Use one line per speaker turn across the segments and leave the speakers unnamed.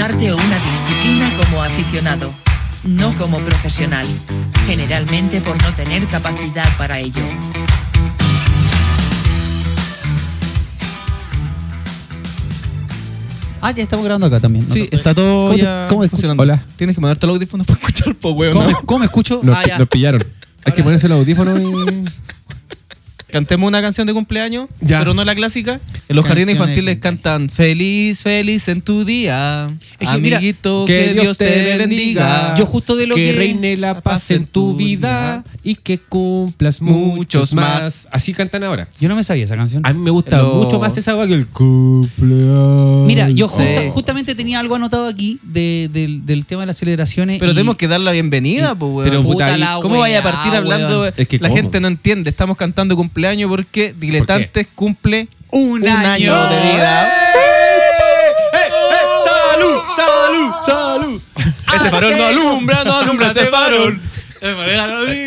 arte o una disciplina como aficionado. No como profesional. Generalmente por no tener capacidad para ello.
Ah, ya estamos grabando acá también. ¿no?
Sí, está todo
¿Cómo te-
ya
cómo escu-
Ah, funcionando.
Hola.
Tienes que mandarte los audífonos para escuchar, po, weón.
¿Cómo,
¿no?
me, cómo me escucho?
Nos,
ah, ya.
nos pillaron. Hay que ponerse el audífono y.
Cantemos una canción de cumpleaños,
Ya.
pero no la clásica. En los
Canciones
jardines infantiles
de
cantan Feliz, feliz en tu día.
Es que mira,
Amiguito, que, Dios te bendiga.
Yo justo de lo que-
reine la paz en tu vida y que cumplas muchos más. Así cantan ahora.
Yo no me sabía esa canción.
A mí me gusta
Lo-
mucho más esa agua que el cumpleaños. Eh,
Mira, yo justo-
Sí.
justamente tenía algo anotado aquí de- del, del tema de las celebraciones.
Pero
y-
tenemos que dar la bienvenida, po, weón.
pero, puta,
la
¿Cómo
weá,
vaya a partir hablando?
weón.
Es que
la
¿cómo?
gente no entiende. Estamos cantando cumpleaños porque Diletantes cumple
Un año.
de vida.
eh, ¡Salud! ¡Salud! ¡Salud!
Ah,
Ese farol no alumbra, no alumbra ese farol.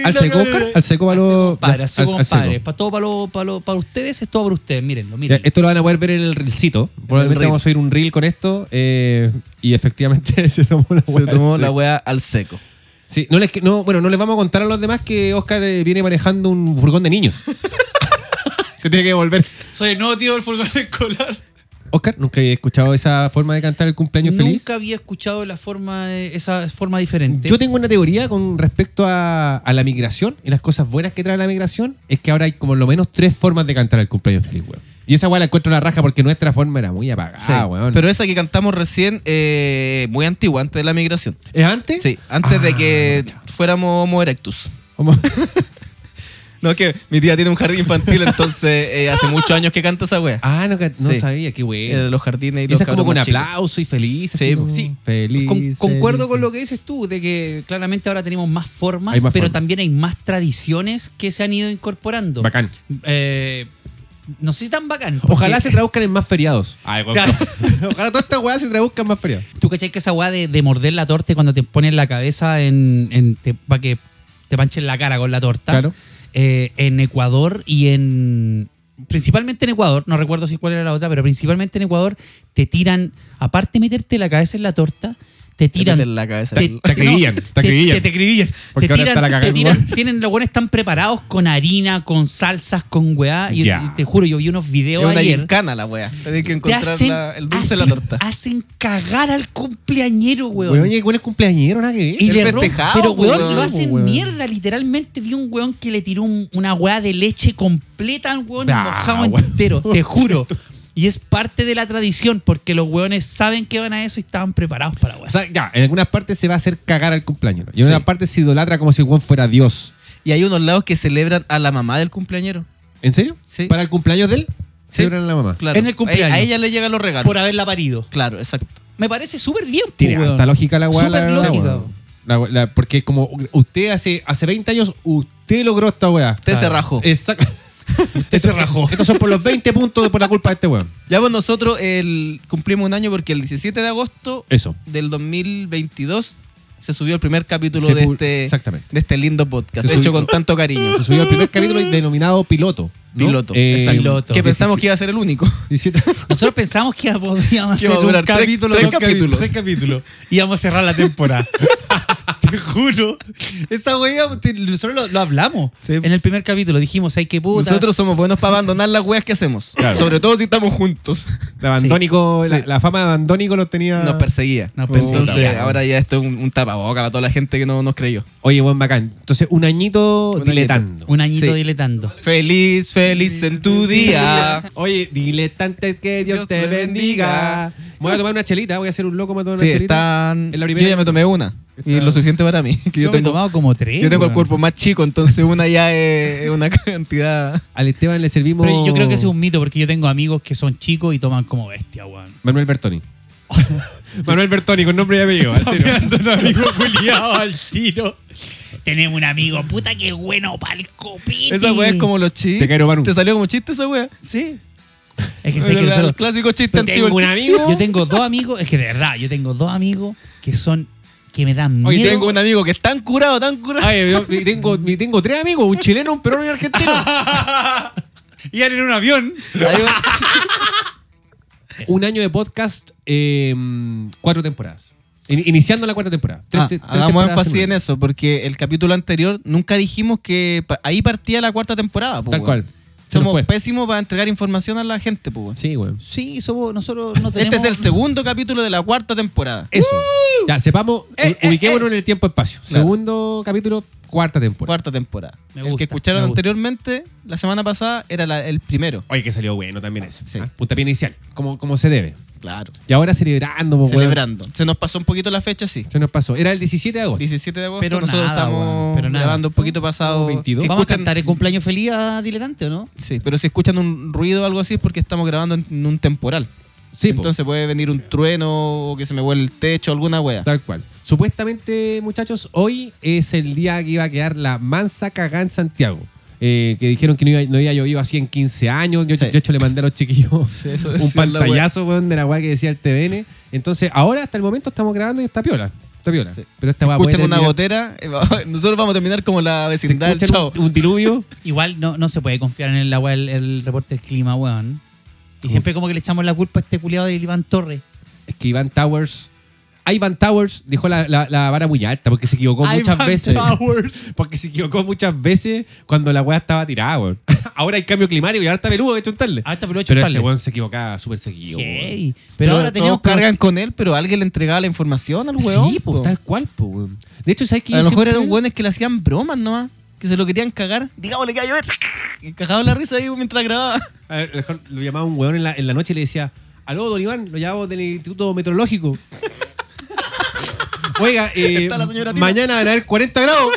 ¿Al seco, Oscar? ¿Al seco para los.
Para
al-
su
al seco.
compadre. Para todo, para, lo- para, lo- para ustedes, es todo para ustedes. Mírenlo,
Ya,
mírenlo.
esto lo van a poder ver en el reelcito. Probablemente
reel.
vamos a ir un reel con esto. eh, y efectivamente se tomó la
Se tomó
sí.
la weá al seco.
Sí, no les, que- no, bueno, no les vamos a contar a los demás que Oscar eh, viene manejando un furgón de niños. se tiene que volver.
Soy el nuevo tío del fútbol escolar.
Oscar, nunca he escuchado esa forma de cantar el cumpleaños feliz.
Nunca había escuchado la forma de- esa forma diferente.
Yo tengo una teoría con respecto a, a la migración y las cosas buenas que trae la migración. Es que ahora hay como lo menos tres formas de cantar el cumpleaños feliz, weón. Y esa weá la encuentro en la raja porque nuestra forma era muy apagada,
Sí.
Ah, weón.
Pero esa que cantamos recién, eh, muy antigua, antes de la migración.
¿Es antes?
Sí, antes de
Ah,
que
ya.
fuéramos Homo erectus.
Como-
No, es que mi tía tiene un jardín infantil, entonces eh, hace muchos años que canta esa wea.
Ah, no, ca- no
Sí.
sabía, qué
Eh, de
bueno.
los jardines y
Y esa
los
es como
cabros
con
más chicos.
aplauso y feliz.
Sí,
así como,
sí.
Feliz.
Con- concuerdo
feliz.
con lo que dices tú, de que claramente ahora tenemos más formas,
Hay más
pero
formas.
también hay más tradiciones que se han ido incorporando.
Bacán.
Eh, no sé si tan bacán. porque-
Ojalá se traduzcan en más feriados. Claro. Ojalá todas estas weas se traduzcan en más feriados.
¿Tú cachai que esa weá de, de morder la torta y cuando te ponen la cabeza en, en para que te panchen la cara con la torta?
Claro.
Eh, en Ecuador y en. Principalmente en Ecuador, no recuerdo si cuál era la otra, pero principalmente en Ecuador te tiran, aparte de meterte la cabeza en la torta, te
Te
tiran.
meten la cabeza.
te-
El-
te acribillan,
no,
te acribillan.
Te, te acribillan.
Porque
Te
ahora está la
tiran,
cagada
te
en
tiran-
Ecuador.
tienen, los buenos están preparados con harina, con salsas, con weá. Y,
Ya.
y te juro, yo vi unos
Es
videos
una
ayer.
gincana la wea. Tenés que
Te
encontrar
hacen,
la- el dulce de la
hacen-
torta.
hacen cagar al cumpleañero, weón.
Weón, oye, ¿cuál es cumpleañero? Nada que ver.
y
el
le rom-
festejado, pues,
Pero, weón,
weón,
lo hacen
weón.
mierda. Literalmente vi un weón que le tiró un- una weá de leche completa al weón
Ah,
mojado
weón.
entero. Te juro. Y es parte de la tradición porque los weones saben que van a eso y estaban preparados para weón.
O sea, ya, en algunas partes se va a hacer cagar al cumpleañero. Y en
Sí.
otras partes se idolatra como si el weón fuera Dios.
Y hay unos lados que celebran a la mamá del cumpleañero.
¿En serio?
Sí.
¿Para el cumpleaños de él?
Sí.
Celebran a la mamá.
Claro.
En el cumpleaños.
A ella le llegan los regalos.
por haberla parido.
Claro, exacto.
Me parece súper bien, po,
Tiene
weón.
hasta lógica la weá.
Súper
la- la-
lógica.
la- la- la- porque es como usted hace, hace 20 años, usted logró esta weá.
Usted se rajó.
Eh,
Exacto. usted se rajó. Estos son por los 20 puntos de- por la culpa de este weón.
Ya pues nosotros el, cumplimos un año porque el 17 de agosto
Eso.
del 2022 se subió el primer capítulo
Se
de
pu-
este,
exactamente.
de este lindo podcast,
Se
hecho
subió-
con tanto cariño.
Se subió el primer capítulo denominado Piloto. ¿no?
Piloto,
Eh,
exacto.
piloto.
Que pensamos
17.
que iba a ser el único.
17.
Nosotros pensamos que podríamos
Que
hacer
iba a
un
durar tres-
capítulo,
tres
dos capítulos.
capítulos.
Tres capítulos. Y íbamos a cerrar la temporada. Te juro. Esa wea, te- nosotros lo, lo hablamos.
Sí.
En el primer capítulo dijimos, ay, qué puta.
Nosotros somos buenos para abandonar las weas que hacemos.
Claro.
Sobre todo si estamos juntos.
De Abandónico, la, la fama de Abandónico lo tenía.
Nos perseguía.
Nos perseguía.
Entonces ahora ya esto es un, un tapaboca para toda la gente que no nos creyó.
Oye, buen bacán. Entonces, un añito
Un
diletando.
Un añito
Sí.
diletando.
Feliz, feliz en tu día.
Oye, diletantes, que Dios,
Dios
te
te
bendiga.
bendiga.
Me voy a tomar una chelita, voy a hacer un loco, me voy a tomar
Sí,
una chelita.
están.
Es la primera.
Yo ya me tomé una. Y
Está-
lo suficiente para mí. Que yo,
me he
tengo,
tomado como tres.
yo tengo el
weón.
cuerpo más chico, entonces una ya es es una cantidad.
Al Esteban le servimos.
Pero yo creo que ese es un mito porque yo tengo amigos que son chicos y toman como bestia, weón.
Manuel Bertoni. Manuel Bertoni, con nombre y apellido. al tiro.
un amigo culiado al tiro. Tenemos un amigo, puta que bueno pa'l copete.
Esa wea es como los chistes.
Te quiero, Manu.
Te salió como chiste esa wea.
Sí. Es que sé que
El,
nosotros-
clásico chiste
Pero
antiguo.
tengo
el
un
chiste-
amigo. Yo tengo dos amigos, es que de verdad, yo tengo dos amigos que son que me dan miedo.
Hoy tengo un amigo que es tan curado, tan curado.
Ay, yo- y tengo, y tengo tres amigos: un chileno, un peruano y un argentino.
Ah,
Iban en un avión.
Hay un-
un año de podcast, eh, cuatro temporadas. In- iniciando la cuarta temporada. Tres
Ah,
te- tres
hagamos
temporadas
énfasis en
semanales.
eso, porque el capítulo anterior nunca dijimos que pa- ahí partía la cuarta temporada. po,
Tal
weón.
cual. Se nos
Somos
fue.
pésimos para entregar información a la gente. po, weón.
Sí, weón.
Sí, somos, nosotros no tenemos...
Este es el segundo capítulo de la cuarta temporada.
Eso. Uh. Ya, sepamos,
Eh,
u-
eh,
ubiquémonos
eh.
en el tiempo-espacio.
Claro.
Segundo capítulo, cuarta temporada.
Cuarta temporada.
Me
el
gusta,
que escucharon
me gusta.
anteriormente, la semana pasada, era la- el primero.
Oye, que salió bueno también eso.
Sí.
Ah, Puntapié inicial, como, como se debe.
Claro.
Y ahora celebrando, po, weón.
Celebrando. Pues, Se nos pasó un poquito la fecha, sí.
Se nos pasó. Era el 17 de agosto.
17 de agosto,
Pero
nosotros
nada,
estamos
weón, pero nada.
grabando un poquito pasado.
22.
Si
Vamos a
escuchan-
cantar el cumpleaños feliz a Diletante, ¿o no?
Sí, pero si escuchan un ruido o algo así es porque estamos grabando en, en un temporal.
Sí, po.
Entonces puede venir un trueno o que se me vuele el techo, alguna wea.
Tal cual. Supuestamente, muchachos, hoy es el día que iba a quedar la mansa cagá en Santiago. Eh, que dijeron que no, iba- no había llovido así en 15 años. Yo,
Sí.
yo de hecho, le mandé a los chiquillos
eso
un
decía la
pantallazo weón, de la weá que decía el TVN. Entonces, ahora hasta el momento estamos grabando y está piola. Está piola.
Sí.
Pero esta weá Ah, puede
Escuchan una
terminar-
gotera, eh, va- nosotros vamos a terminar como la
se
vecindad del
escucha
chao.
un, un diluvio.
Igual no, no se puede confiar en el agua el, el reporte del clima, weón. Y siempre como que le echamos la culpa a este culiado de Iván Torres.
Es que Iván Towers. ah, Iván Towers dejó la, la- la vara muy alta porque se equivocó muchas
Iván
veces.
Towers.
Porque se equivocó muchas veces cuando la weá estaba tirada, weón. ahora hay cambio climático y ahora está peludo de chuntarle.
Ahora está peludo de
Pero
Ah, chuntarle.
ese weón se equivocaba súper seguido. weón.
Heavy. Pero, ahora tenemos
todos cargan
cargan
con él, pero alguien le entregaba la información al weón.
Sí, po,
po.
tal cual, po, weón. De hecho, ¿sabes qué?
A
yo
lo mejor
siempre-
eran weones que le hacían bromas nomás, que se lo querían cagar. Digámosle que va a llover. Y cagaba la risa ahí mientras grababa.
A ver, a lo mejor lo llamaba un weón en la, en la noche y le decía, aló, don Iván, lo llamamos del Instituto Meteorológico. Oiga, eh,
Está la señora Tina.
mañana van a haber 40 grados.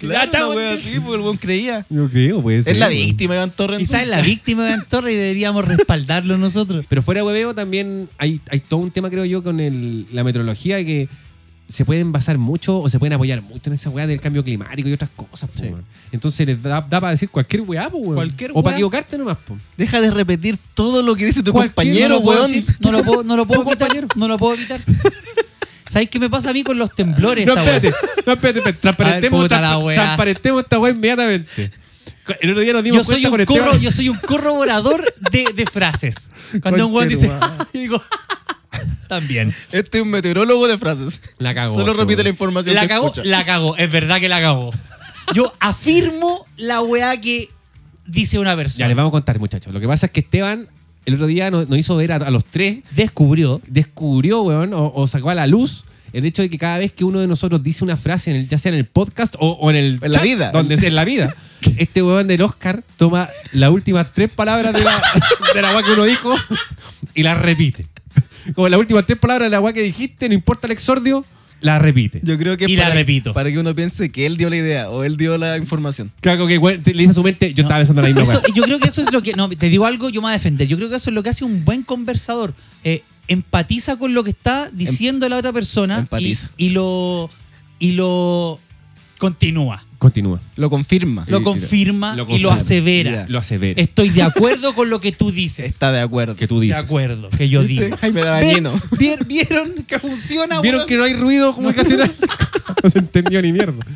Claro, una wea así, po, el weón creía.
Yo creo, pues.
es la víctima, Iván Torres.
Quizás es la víctima de Iván Torres y deberíamos respaldarlo nosotros.
Pero fuera de hueveo también hay, hay todo un tema, creo yo, con el- la meteorología que se pueden basar mucho o se pueden apoyar mucho en esa weá del cambio climático y otras cosas, po,
Sí.
weón. Entonces les da, da para decir cualquier weá, po, weón.
Cualquier
O para
weá.
equivocarte nomás, po.
Deja de repetir todo lo que dice tu
Cualquier
compañero,
no lo puedo
weón.
decir, No lo puedo, no lo puedo
Tu
evitar,
compañero.
No lo puedo evitar. ¿Sabes qué me pasa a mí con los temblores?
No,
esa weá?
espérate, no, espérate, espérate.
A
Transparentemos,
ver, puta
tran-
la weá.
transparentemos esta weá inmediatamente. El otro día nos dimos
Yo soy,
cuenta con
un
Esteban-
corro, yo soy un corroborador de, de frases. Cuando un weón
Cualquier
dice,
weá.
yo digo, también.
Este es un meteorólogo de frases.
La cagó,
Solo
este
repite
weón.
la información.
La
que
cagó,
escucha.
la cagó. Es verdad que la cagó. Yo afirmo la weá que dice una
Ya
persona.
les vamos a contar, muchachos. Lo que pasa es que Esteban el otro día nos, nos hizo ver a, a los tres,
Descubrió.
descubrió, weón, o, o sacó a la luz el hecho de que cada vez que uno de nosotros dice una frase, en el, ya sea en el podcast o, o en el
En la
chat,
vida.
donde sea, en la vida, este weón del Oscar toma las últimas tres palabras de la, de la weá que uno dijo y las repite. Como las últimas tres palabras de la weá que dijiste, no importa el exordio, las repite.
Yo creo que es
Y la repito.
Para que uno piense que él dio la idea o él dio la información.
Claro, que güey, te- le dice a su mente, yo estaba pensando en la misma
Eso-
weá.
yo creo que eso es lo que. No, te digo algo, yo me voy a defender. Yo creo que eso es lo que hace un buen conversador. Eh, empatiza con lo que está diciendo la otra persona. y-
Empatiza.
Y, lo. Y lo. Continúa.
Continúa.
Lo confirma.
Lo
Y-
confirma
lo
y lo
confirma.
asevera.
Lo asevera.
Estoy de acuerdo con lo que tú dices.
Está de acuerdo.
Que tú
De
dices.
acuerdo, que yo digo.
Este Jaime
Ven,
Dabañino.
vier- ¿Vieron que funciona?
¿Vieron
weón?
que no hay ruido comunicacional? no se entendió ni mierda.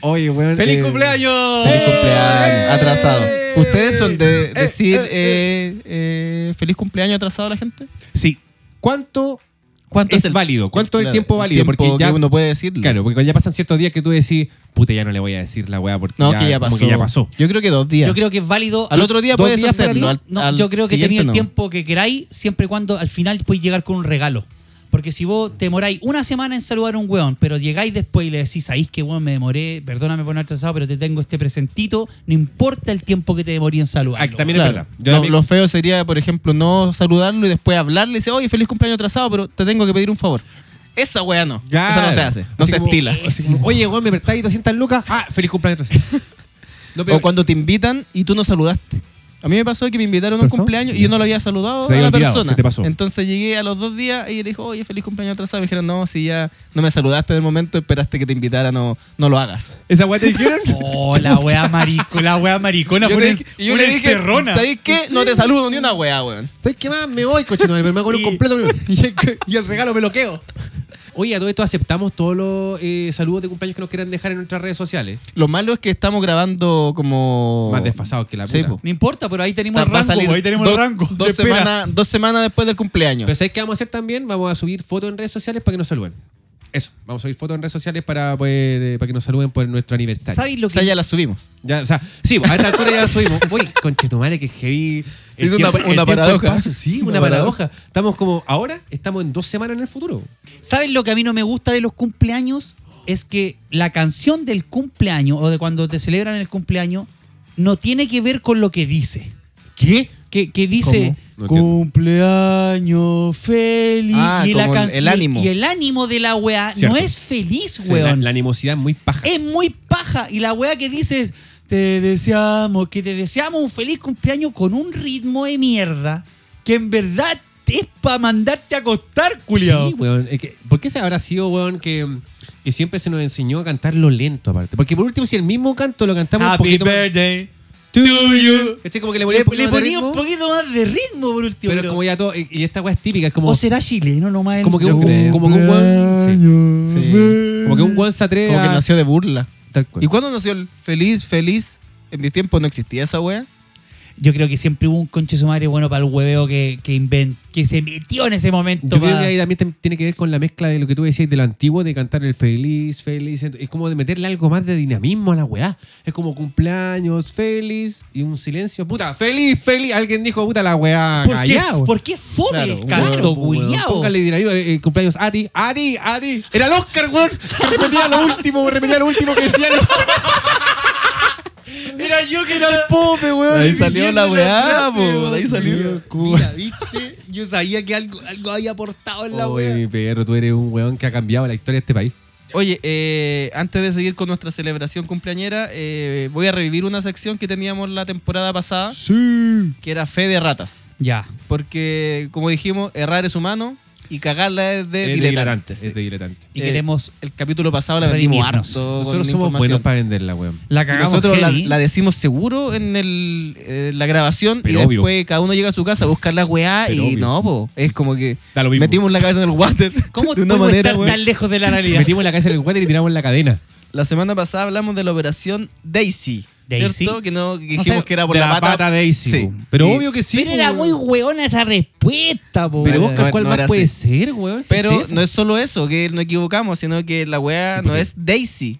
Oye, weón. eh,
Feliz cumpleaños,
¡Eh!
atrasado. ¿Ustedes son de
Eh,
decir
eh, eh.
eh, eh, feliz cumpleaños atrasado a la gente?
Sí. ¿Cuánto
¿Cuánto
es
el-
válido? ¿Cuánto es
Claro,
el tiempo válido?
tiempo
porque ya.
que uno puede decirlo.
Claro, porque ya pasan ciertos días que tú decís, puta, ya no le voy a decir la weá porque
No,
ya,
que ya
como
pasó.
que ya pasó.
Yo creo que dos días.
Yo creo que es válido.
al otro día
¿Dos
puedes
días para
hacerlo.
ti?
al-
No,
al
yo creo que
siguiente
tenéis el
no.
tiempo que queráis, siempre y cuando al final podéis llegar con un regalo. Porque si vos te demoráis una semana en saludar a un weón, pero llegáis después y le decís, sabéis que weón me demoré, perdóname por no atrasado, pero te tengo este presentito, no importa el tiempo que te demorí en saludar.
Aquí también es
Claro.
verdad. Yo
lo,
también-
lo feo sería, por ejemplo, no saludarlo y después hablarle y decir, oye, feliz cumpleaños atrasado, pero te tengo que pedir un favor. Esa weá no.
Claro.
Eso no se hace. No
Así
se
como-
estila.
así como, Oye, weón, me prestáis 200 lucas. Ah, feliz cumpleaños. Lo peor-
O cuando te invitan y tú no saludaste. A mí me pasó que me invitaron a un
¿Pasó?
cumpleaños y yo no lo había saludado
Se
a
había
la
olvidado,
persona.
se te pasó.
Entonces llegué a los dos días y le dijo, oye, feliz cumpleaños atrasado. Me dijeron, no, si ya no me saludaste en el momento, esperaste que te invitara, no, no lo hagas.
¿Esa weá te dijeron?
Oh, la wea maricona, la wea maricona,
Yo
fue
le
una,
dije- y yo
una
le dije,
encerrona.
¿Sabes qué? No te saludo ni una weá, weón.
Estoy quemada, me voy, coche, pero me hago un completo.
y, el, y el regalo me lo quedo.
Oye, a todo esto aceptamos todos los eh, saludos de cumpleaños que nos quieran dejar en nuestras redes sociales.
Lo malo es que estamos grabando como.
Más desfasados que la
Sí,
puta.
po.
No importa, pero ahí tenemos
Va
el
a
rango.
salir
po, Ahí tenemos
dos-
el rango. de
Dos,
espera.
semanas, dos semanas después del cumpleaños.
Pero ¿sabes qué vamos a hacer también? Vamos a subir fotos en redes sociales para que nos saluden. Eso, vamos a subir fotos en redes sociales para, poder, eh, para que nos saluden por nuestro aniversario.
¿Sabéis lo
o sea,
que
ya la subimos.
Ya, o sea, sí, a esta altura ya lo subimos. Uy, conchetumare, que heavy.
Sí, es una- una
y el
paradoja.
espacio. Sí, una,
Una
paradoja. Estamos como, ahora estamos en dos semanas en el futuro.
¿Saben lo que a mí no me gusta de los cumpleaños? Es que la canción del cumpleaños o de cuando te celebran el cumpleaños no tiene que ver con lo que dice.
¿Qué?
Que, que dice
¿Cómo? No entiendo.
cumpleaños feliz
Ah,
y, la
como
can-
el
y-
ánimo.
Y, el ánimo de la weá
Cierto.
no es feliz,
O sea, la,
weón. Eh,
la animosidad es muy paja.
Es muy paja. Y la weá que dice es, te deseamos, que te deseamos un feliz cumpleaños con un ritmo de mierda que en verdad es para mandarte a acostar, culiao.
Sí, weón. Es que, ¿Por qué se habrá sido, weón, que, que siempre se nos enseñó a cantarlo lento aparte? Porque por último, si el mismo canto lo cantamos un
Happy
poquito más-
birthday.
To you. ¿Cachai? Como que le ponía
Le,
un poquito
le
más de
ponía un
ritmo,
poquito más de ritmo por último.
Pero
pero-
como ya todo... y- Y esta weá es típica, es como...
o será chileno nomás. el-
como que
Yo
un,
creo.
como que un weón... sí, sí. Como que un weón se atreve
Como que
a-
nació de burla.
Tal cual.
¿Y cuándo nació el feliz, feliz? En mi tiempo no existía esa wea.
Yo creo que siempre hubo un conche su madre bueno para el hueveo que, que, invent- que se metió en ese momento.
Yo creo
pa-
que ahí también tem- tiene que ver con la mezcla de lo que tú decías de lo antiguo, de cantar el feliz, feliz. ent- Es como de meterle algo más de dinamismo a la weá. Es como cumpleaños, feliz y un silencio. Puta, feliz, feliz. Alguien dijo, puta, la weá
¿Por, qué,
callado.
¿Por qué fome el
Claro, un
canto,
hueveo, un hueveo.
culiao?
pues, Póngale dinamismo, eh, eh, cumpleaños a ti, a ti, a ti. Era el Oscar, weón. que repetía lo último, repetía lo último que decía. el-
Mira, yo que era el
Pope, weón.
Ahí salió la weá, po, de ahí salió.
Mira, viste, yo sabía que algo, algo había aportado en la
Oye, mi
wea.
perro, tú eres un weón que ha cambiado la historia de este país.
Oye, eh, antes de seguir con nuestra celebración cumpleañera, eh, voy a revivir una sección que teníamos la temporada pasada,
Sí.
que era fe de ratas.
Ya.
Porque, como dijimos, errar es humano y cagarla es de
Es
diletante.
dilatante,
Sí.
es dilatante.
Y
Eh,
queremos.
El capítulo pasado la vendimos
Redimirnos.
harto. con
Nosotros somos
información.
buenos para venderla, weón.
La cagamos.
Nosotros la,
heavy.
la decimos seguro en el, eh, la grabación
Pero
y
obvio.
después cada uno llega a su casa a buscar la weá
Pero
y
obvio.
no, po. Es como que
Da lo mismo.
metimos la cabeza en el water.
¿Cómo
de una
podemos
manera,
estar
weón.
tan lejos de la realidad?
Metimos la cabeza en el water y tiramos la cadena.
La semana pasada hablamos de la operación Daisy.
Daisy.
¿Cierto? Que, no, que
O
dijimos
sea,
que era por
de
la, pata.
Daisy.
Sí.
po. Pero
Y-
obvio que sí.
Pero era
po.
muy hueona esa respuesta, po.
Pero
No,
busca
no,
cuál
no
más
era
puede
así.
ser, weón. si
Pero
esa.
no es solo eso, que no equivocamos, sino que la weá no
Imposible.
es Daisy.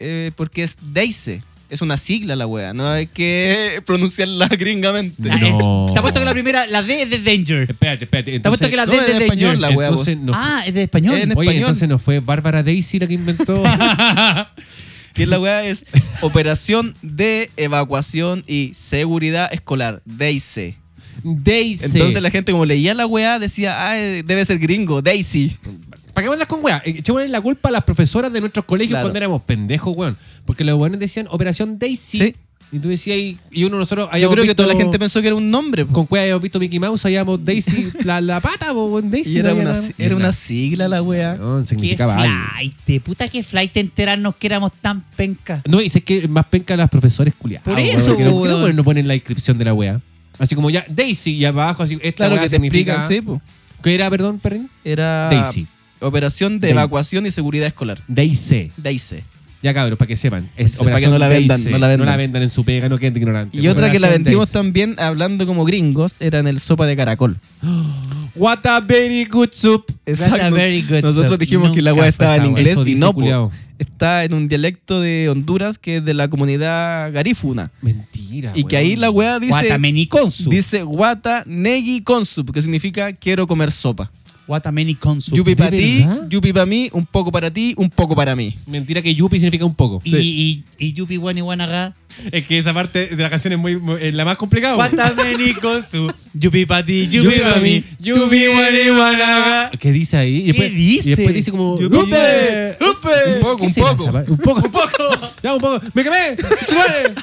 Eh, porque es Daisy. Es una sigla la weá. No hay que pronunciarla gringamente.
Ah, es-
No.
Te apuesto que la primera, la D es de Danger.
Espérate, espérate.
Te apuesto
Entonces,
que la D
no,
es de
en
Danger.
español la wea,
entonces no fue-
ah, es de español.
En
Oye,
español.
entonces no fue Bárbara Daisy la que inventó.
Que la weá es Operación de Evacuación y Seguridad Escolar. Daisy.
Daisy.
Entonces la gente como leía la weá decía, ah, eh, debe ser gringo, Daisy.
¿Para qué mandas con weá? Echémosle la culpa a las profesoras de nuestros colegios
Claro.
cuando éramos pendejos, weón. Porque los weones decían Operación Daisy.
Sí.
Y tú decías, y y uno nosotros.
Yo
habíamos
creo que
visto-
toda la gente pensó que era un nombre. po.
Con cueva habíamos visto Mickey Mouse, habíamos Daisy la, la pata, po, weón. Daisy.
Y era
no había
una,
nada.
era una sigla la weá.
Weón,
Qué
significaba algo.
flight, puta que flight enterarnos que éramos tan penca.
No, y sé que más penca las profesores culiadas.
Por
weón,
eso,
porque no,
weón.
no ponen- no ponen la inscripción de la wea. Así como ya, Daisy, y abajo, así. Esta
Claro
wea
que te
significa.
explican, sí, po.
¿Qué era, perdón, perrín?
Era
Daisy.
Operación de
Daisy.
Evacuación y Seguridad Escolar.
Daisy.
Daisy.
Ya cabros, para que sepan. Es
Sí, para que no la vendan,
Daisy.
no la vendan.
en su pega, no queden ignorantes.
Y otra que la
Operación
vendimos
Daisy.
también hablando como gringos era en el sopa de caracol.
What a very good soup.
That's a very good
Nosotros
soap.
dijimos que la
Nunca
weá
fue
estaba en
esa weá.
inglés
Eso
y
dice
no, po.
culiao.
está en un dialecto de Honduras que es de la comunidad garífuna.
Mentira.
y que ahí la
wea
weá dice,
Guatameniconsu.
dice guata negi consub, que significa quiero comer sopa.
Guatameniconsu.
Yupi para
¿de
ti,
verdad?
yupi para mí, un poco para ti, un poco para mí.
Mentira que Yupi significa un poco.
Y, y, y Yupi Wani Wanaga.
Es que esa parte de la canción es muy, muy- es la más complicada. weón.
Guatameniconsu. Yupi para ti,
Yupi para mí, Yupi Wani Wanaga. ¿Qué dice ahí? Y después,
dice?
Y después dice como.
Yupi,
¡Upe! ¡Upe!
Un poco,
¿Qué
un
será
poco.
esa parte? Un poco, un poco. ya, un poco. ¡Me quemé! ¡Chupare!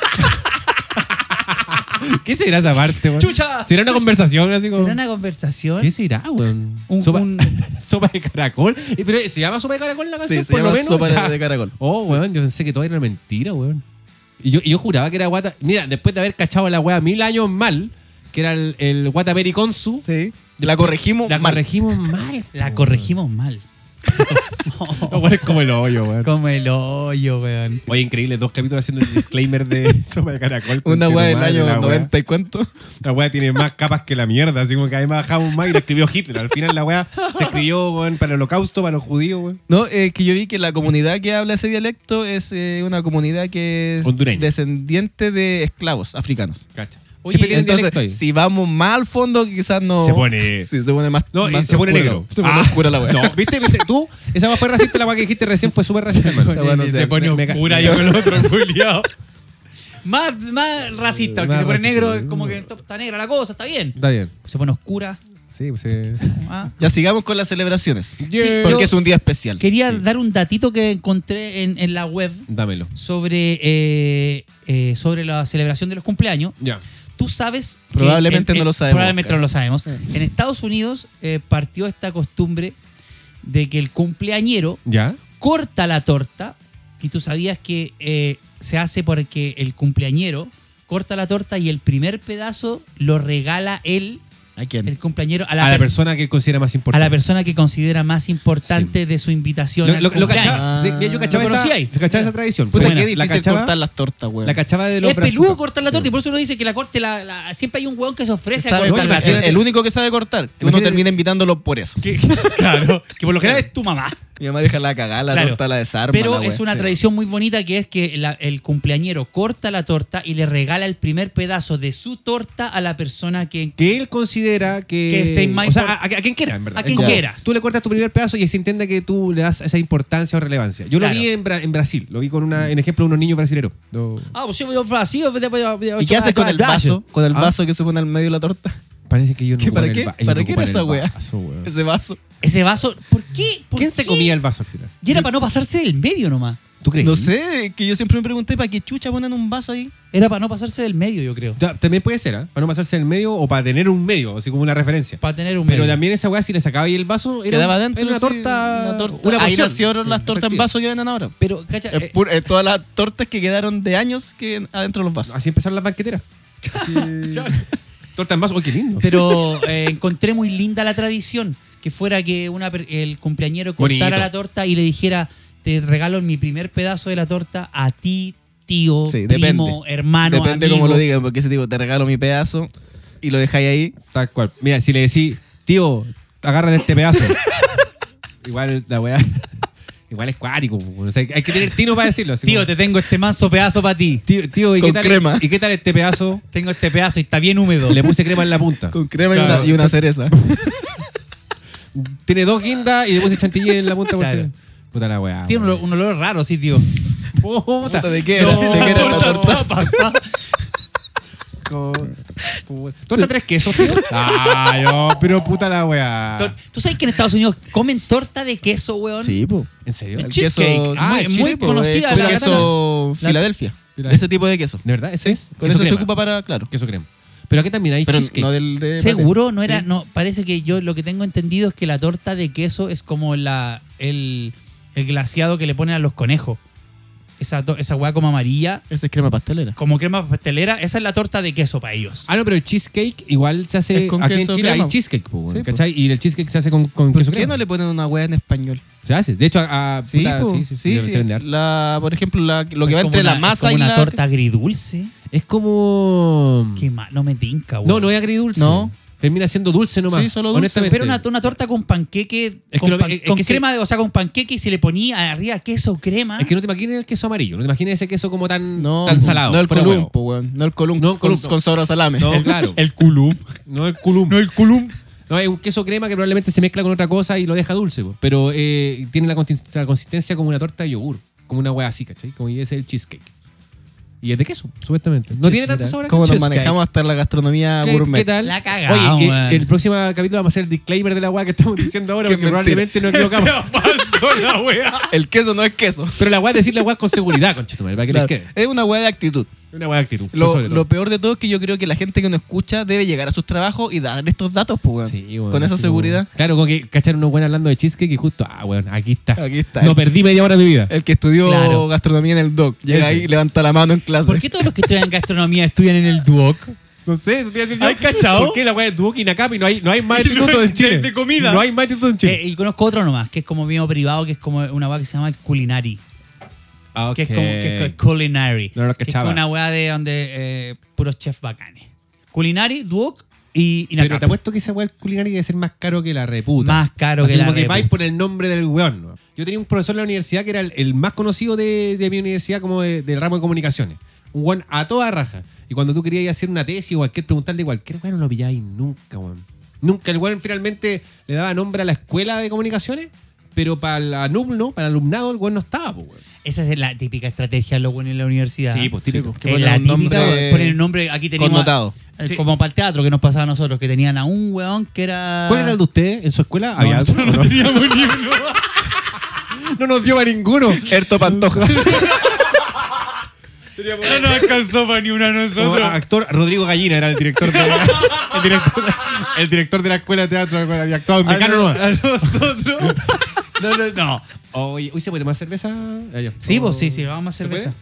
¿Qué será esa parte, weón?
¡Chucha!
¿Será una conversación así como.?
¿Será una
¿Eh?
conversación? Ah,
¿Qué será, weón?
Un-
sopa,
un-
sopa de caracol. Eh, Pero se llama sopa de caracol la canción,
Sí, se
por lo
llama
menos.
sopa de-
Ya.
de caracol.
Oh, weón, yo pensé que todo era una mentira, weón. Y yo, y yo juraba que era guata. Mira, después de haber cachado a la weá mil años mal, que era el, el guata periconsu,
Sí. La corregimos
la
mal.
corregimos mal.
La
po,
corregimos mal.
weón. No, bueno, es como el hoyo, weón.
Como el hoyo, weón.
Oye, increíble, dos capítulos haciendo el disclaimer de sopa de caracol.
Una
conchetumare,
weá del año
la weá.
90 y cuánto.
La weá tiene más capas que la mierda, así como que además bajamos más y lo escribió Hitler. Al final la weá se escribió weón, para el holocausto, para los judíos, weón.
No, eh, que yo vi que la comunidad que habla ese dialecto es eh, una comunidad que es
Hondureña.
descendiente de esclavos africanos.
Cacha.
Oye,
Siempre tienen
Entonces,
dialecto ahí.
si vamos más al fondo, quizás no.
Se pone-
Sí, se pone más.
No, y
más
se pone
oscuro.
negro.
Se pone
Ah.
oscura la weá.
No, ¿viste? ¿Viste? Tú, esa weá fue racista, la weá que dijiste recién fue súper racista, hermano.
Esa weá no sé.
Me- me-
oscura yo con el otro, culiao. Más, más racista, porque
Más
se pone
racista.
negro, es como que está negra la cosa, está bien.
Está bien.
Se pone oscura.
Sí, pues. eh.
ah.
Ya sigamos con las celebraciones.
Yeah.
Porque
Yo-
es un día especial.
Quería dar un datito que encontré en, en la web
Dámelo.
sobre, eh, eh, sobre la celebración de los cumpleaños.
Ya.
Tú sabes. que
Probablemente
en-
no
en-
lo sabemos,
Probablemente
Oscar.
no lo sabemos. En Estados Unidos eh, partió esta costumbre de que el cumpleañero
¿Ya?
corta la torta. Y tú sabías que eh, se hace porque el cumpleañero corta la torta y el primer pedazo lo regala él,
¿A quién?
el cumpleañero, a
A
la,
la,
pers-
persona que considera más
a
importante.
la persona que considera más importante de su invitación.
Lo,
al
lo- lo
cumpleaños.
cachaba. sí, mira, yo cachaba,
¿Lo
esa,
conocí ahí?
cachaba esa tradición.
Puta,
Pero
qué
la
difícil
cachaba,
cortar las tortas, weón.
la cachaba de los
Es peludo
brazucas.
cortar la torta
Sí.
y por eso uno dice que la corte la, la- siempre hay un hueón que se ofrece a
Sabe
cortar
no,
la
cortar, el,
torta.
imagínate-
el único que sabe cortar. Que uno
Imagínate-
termina invitándolo por eso.
Que- claro, que por lo general es tu mamá.
Mi mamá deja la cagada, la
Claro.
torta la desarma.
Pero
la weá,
es una
sí.
tradición muy bonita que es que la- el cumpleañero corta la torta y le regala el primer pedazo de su torta a la persona que...
Que él considera que.
Que se inma-
o sea, a, a quien quiera, en verdad.
A quien
Es como,
quiera.
Tú le cortas tu primer pedazo y se entiende que tú le das esa importancia o relevancia. Yo
Claro.
lo vi en, Bra- en Brasil. Lo vi con una, en ejemplo, unos niños brasileros. Lo-
Ah, pues yo voy a Brasil, voy a- voy a- voy a-
¿Y qué haces con el vaso? Con el
Ah.
vaso que se pone al medio de la torta.
Parece que ellos no
¿Qué,
ocupan
¿Para
el
qué?
va- ellos
¿Para
no
qué era
ocupan
esa
el
weá?
vaso, weón.
Ese vaso.
Ese vaso, ¿por qué? ¿Por
¿Quién se
qué?
comía el vaso al final?
Y era para no pasarse del medio nomás.
¿Tú crees?
No sé, que yo siempre me pregunté para qué chucha ponen un vaso ahí.
Era para no pasarse del medio, yo creo.
Ya, También puede ser, ¿ah? Para no pasarse en el medio o para tener un medio, así como una referencia.
Para tener un
Pero
medio.
también esa weá, si le sacaba ahí el vaso, era,
Quedaba
un-
adentro.
era una
sí,
torta.
una torta.
una
ahí
porción.
nacieron las
Sí,
tortas en
efectivo.
vaso que venden ahora.
Pero, cacha,
Es
eh,
pur- eh, todas las tortas que quedaron de años que adentro de los vasos.
Así empezaron las banqueteras. Así- torta en vaso, oh, qué lindo.
pero eh, encontré muy linda la tradición que fuera que una per- el cumpleañero cortara
Bonito.
la torta y le dijera te regalo mi primer pedazo de la torta a ti tío
Ah, Sí,
primo hermano
Depende
amigo.
cómo lo digan, porque ese tipo te regalo mi pedazo y lo dejáis ahí.
Tal cual. Mira, si le decís, tío, agarra de este pedazo. igual la weá. Igual es cuático. po. O sea, hay que tener tino para decirlo. así
tío
como,
te tengo este manso pedazo para ti
tío, tío, ¿y,
Con
qué tal,
crema.
¿y qué tal este pedazo?
tengo este pedazo y está bien húmedo
Le puse crema en la punta.
Con crema y
Claro.
una- y una cereza.
Tiene dos guindas y le puse chantilly en la punta. por
Claro.
si- Puta la weá.
tiene un, olor- un olor raro sí tío Oh,
Puta,
¿De qué era? ¿De qué era la torta?
co- pu- ¿Torta tres quesos, tío? Ah, yo, pero puta la weá.
Tor- tú sabes que en Estados Unidos comen torta de queso weón
Sí, po.
¿En serio?
El
El
cheesecake.
queso,
Ah,
muy,
el
muy
cheesecake, po,
conocida
eh,
la
con
pues, queso
la-
Filadelfia.
Filadelfia.
Ese tipo de queso.
¿De verdad? ¿Ese es?
Con eso se
crema.
ocupa para, claro.
Queso crema. Pero aquí también hay
Pero
cheesecake.
no del de
Seguro, no era,
Sí.
no, parece que yo lo que tengo entendido es que la torta de queso es como la el, el glaciado que le ponen a los conejos. Esa, to- esa hueá como amarilla,
Esa es crema pastelera.
como crema pastelera, esa es la torta de queso para ellos.
Ah, no, pero el cheesecake igual se hace.
Es con
Aquí en
queso
Chile
crema.
hay cheesecake, po, weón,
Sí, po.
¿cachai? Y el cheesecake se hace con, con
¿Por
queso
qué
crema.
no le ponen una hueá en español?
Se hace. De hecho, a. a-
Sí,
puta,
po.
sí, sí, sí, se vende harto.
La, por ejemplo, la, lo que
Es
va
como
entre la
una-
masa
es como
y
una
la
torta agridulce.
Es como.
Qué mal, no me tinca, güey.
No, no es agridulce.
No.
Termina siendo dulce nomás.
Sí, solo dulce.
honestamente.
pero una, una torta con panqueque,
Es que
con,
lo-
pan-
es que
con
se-
crema, de- o sea, con panqueque y se le ponía arriba queso crema.
Es que no te imagines el queso amarillo, no te imagines ese queso como tan,
No,
tan salado.
No el
fuera huevo.
columpo, weón. No el columpo.
No el
con,
columpo.
con sabor a salame.
No, claro.
el culum.
no el culum.
No, el culum.
No, es un queso crema que probablemente se mezcla con otra cosa y lo deja dulce, po. pero eh, tiene la, consisten- la consistencia como una torta de yogur, como una hueá así, ¿cachai? Como y ese es el cheesecake. Y es de queso, supuestamente. No tiene tanto sabor a
Como nos
queso.
manejamos hasta la gastronomía
¿Qué,
gourmet.
qué tal?
La cagamos,
Oye,
man.
eh, el próximo capítulo vamos a hacer el disclaimer de la hueá que estamos diciendo ahora,
Qué
porque
mentira.
probablemente nos equivocamos.
El queso no es queso.
Pero la hueá es decir la hueá con seguridad, conchetumal, para que
Claro.
les quede.
Es una hueá de actitud.
Una hueá de actitud. por
Lo,
Pues sobre todo.
lo peor de todo es que yo creo que la gente que nos escucha debe llegar a sus trabajos y dar estos datos, pues, weón.
Sí, weón,
Con esa
así
seguridad.
como- claro, como que cachar unos buenos hablando de cheesecake y justo, ah, weón, aquí está.
Aquí está.
No perdí media hora de mi vida.
El que estudió
Claro.
gastronomía en el DOC. Llega
Ese.
ahí y levanta la mano en clase.
¿Por qué todos los que estudian gastronomía estudian en el Duoc?
No sé, eso te iba a decir yo.
¿Hay cachao?
¿Por qué la weá de Duoc y Nakami? No hay, no hay más
Y no
institutos
hay
en Chile.
de comida.
No hay más institutos en Chile.
Eh, y conozco otro nomás, que es como mío privado, que es como una weá que se llama el culinari.
Ah,
Eh, Que es
ok.
como que es culinary.
No lo
que es
cachaba.
como una weá de donde eh, puros chefs bacanes. Culinary, Duoc y, y
Pero
Nakap.
te apuesto que esa weá del culinario debe ser más caro que la reputa.
Más caro
Así
que la
como que
reputa.
vais por el nombre del weón. ¿no? Yo tenía un profesor en la universidad que era el, el más conocido de, de mi universidad como de- del ramo de comunicaciones. Un weón a toda raja. Y cuando tú querías ir a hacer una tesis o cualquier preguntarle cualquier weón, no lo pilláis nunca, weón. Nunca. El weón finalmente le daba nombre a la escuela de comunicaciones, pero para el alumno, para el alumnado, el weón no estaba, pues, weón.
Esa es la típica estrategia de los buenos en la universidad.
pues, típico.
Que
ponen
la
un
típica,
nombre
ponen el nombre, aquí teníamos...
connotado.
eh, Como para el teatro que nos pasaba a nosotros, que tenían a un weón que era...
¿Cuál era el de ustedes? ¿En su escuela?
No, nosotros
no teníamos ni uno. no nos dio a ninguno.
Erto Pantoja.
No nos alcanzó para ni una a
Como
nosotros.
actor Rodrigo Gallina era el director de la, el director, el director de la escuela de teatro había actuado en
A,
Mecano
no-
nomás.
a nosotros. No, no, no.
Oye, ¿hoy se puede tomar cerveza? Ah, ya.
Sí, pues sí, sí,
¿Se
vamos a hacer
puede?
cerveza.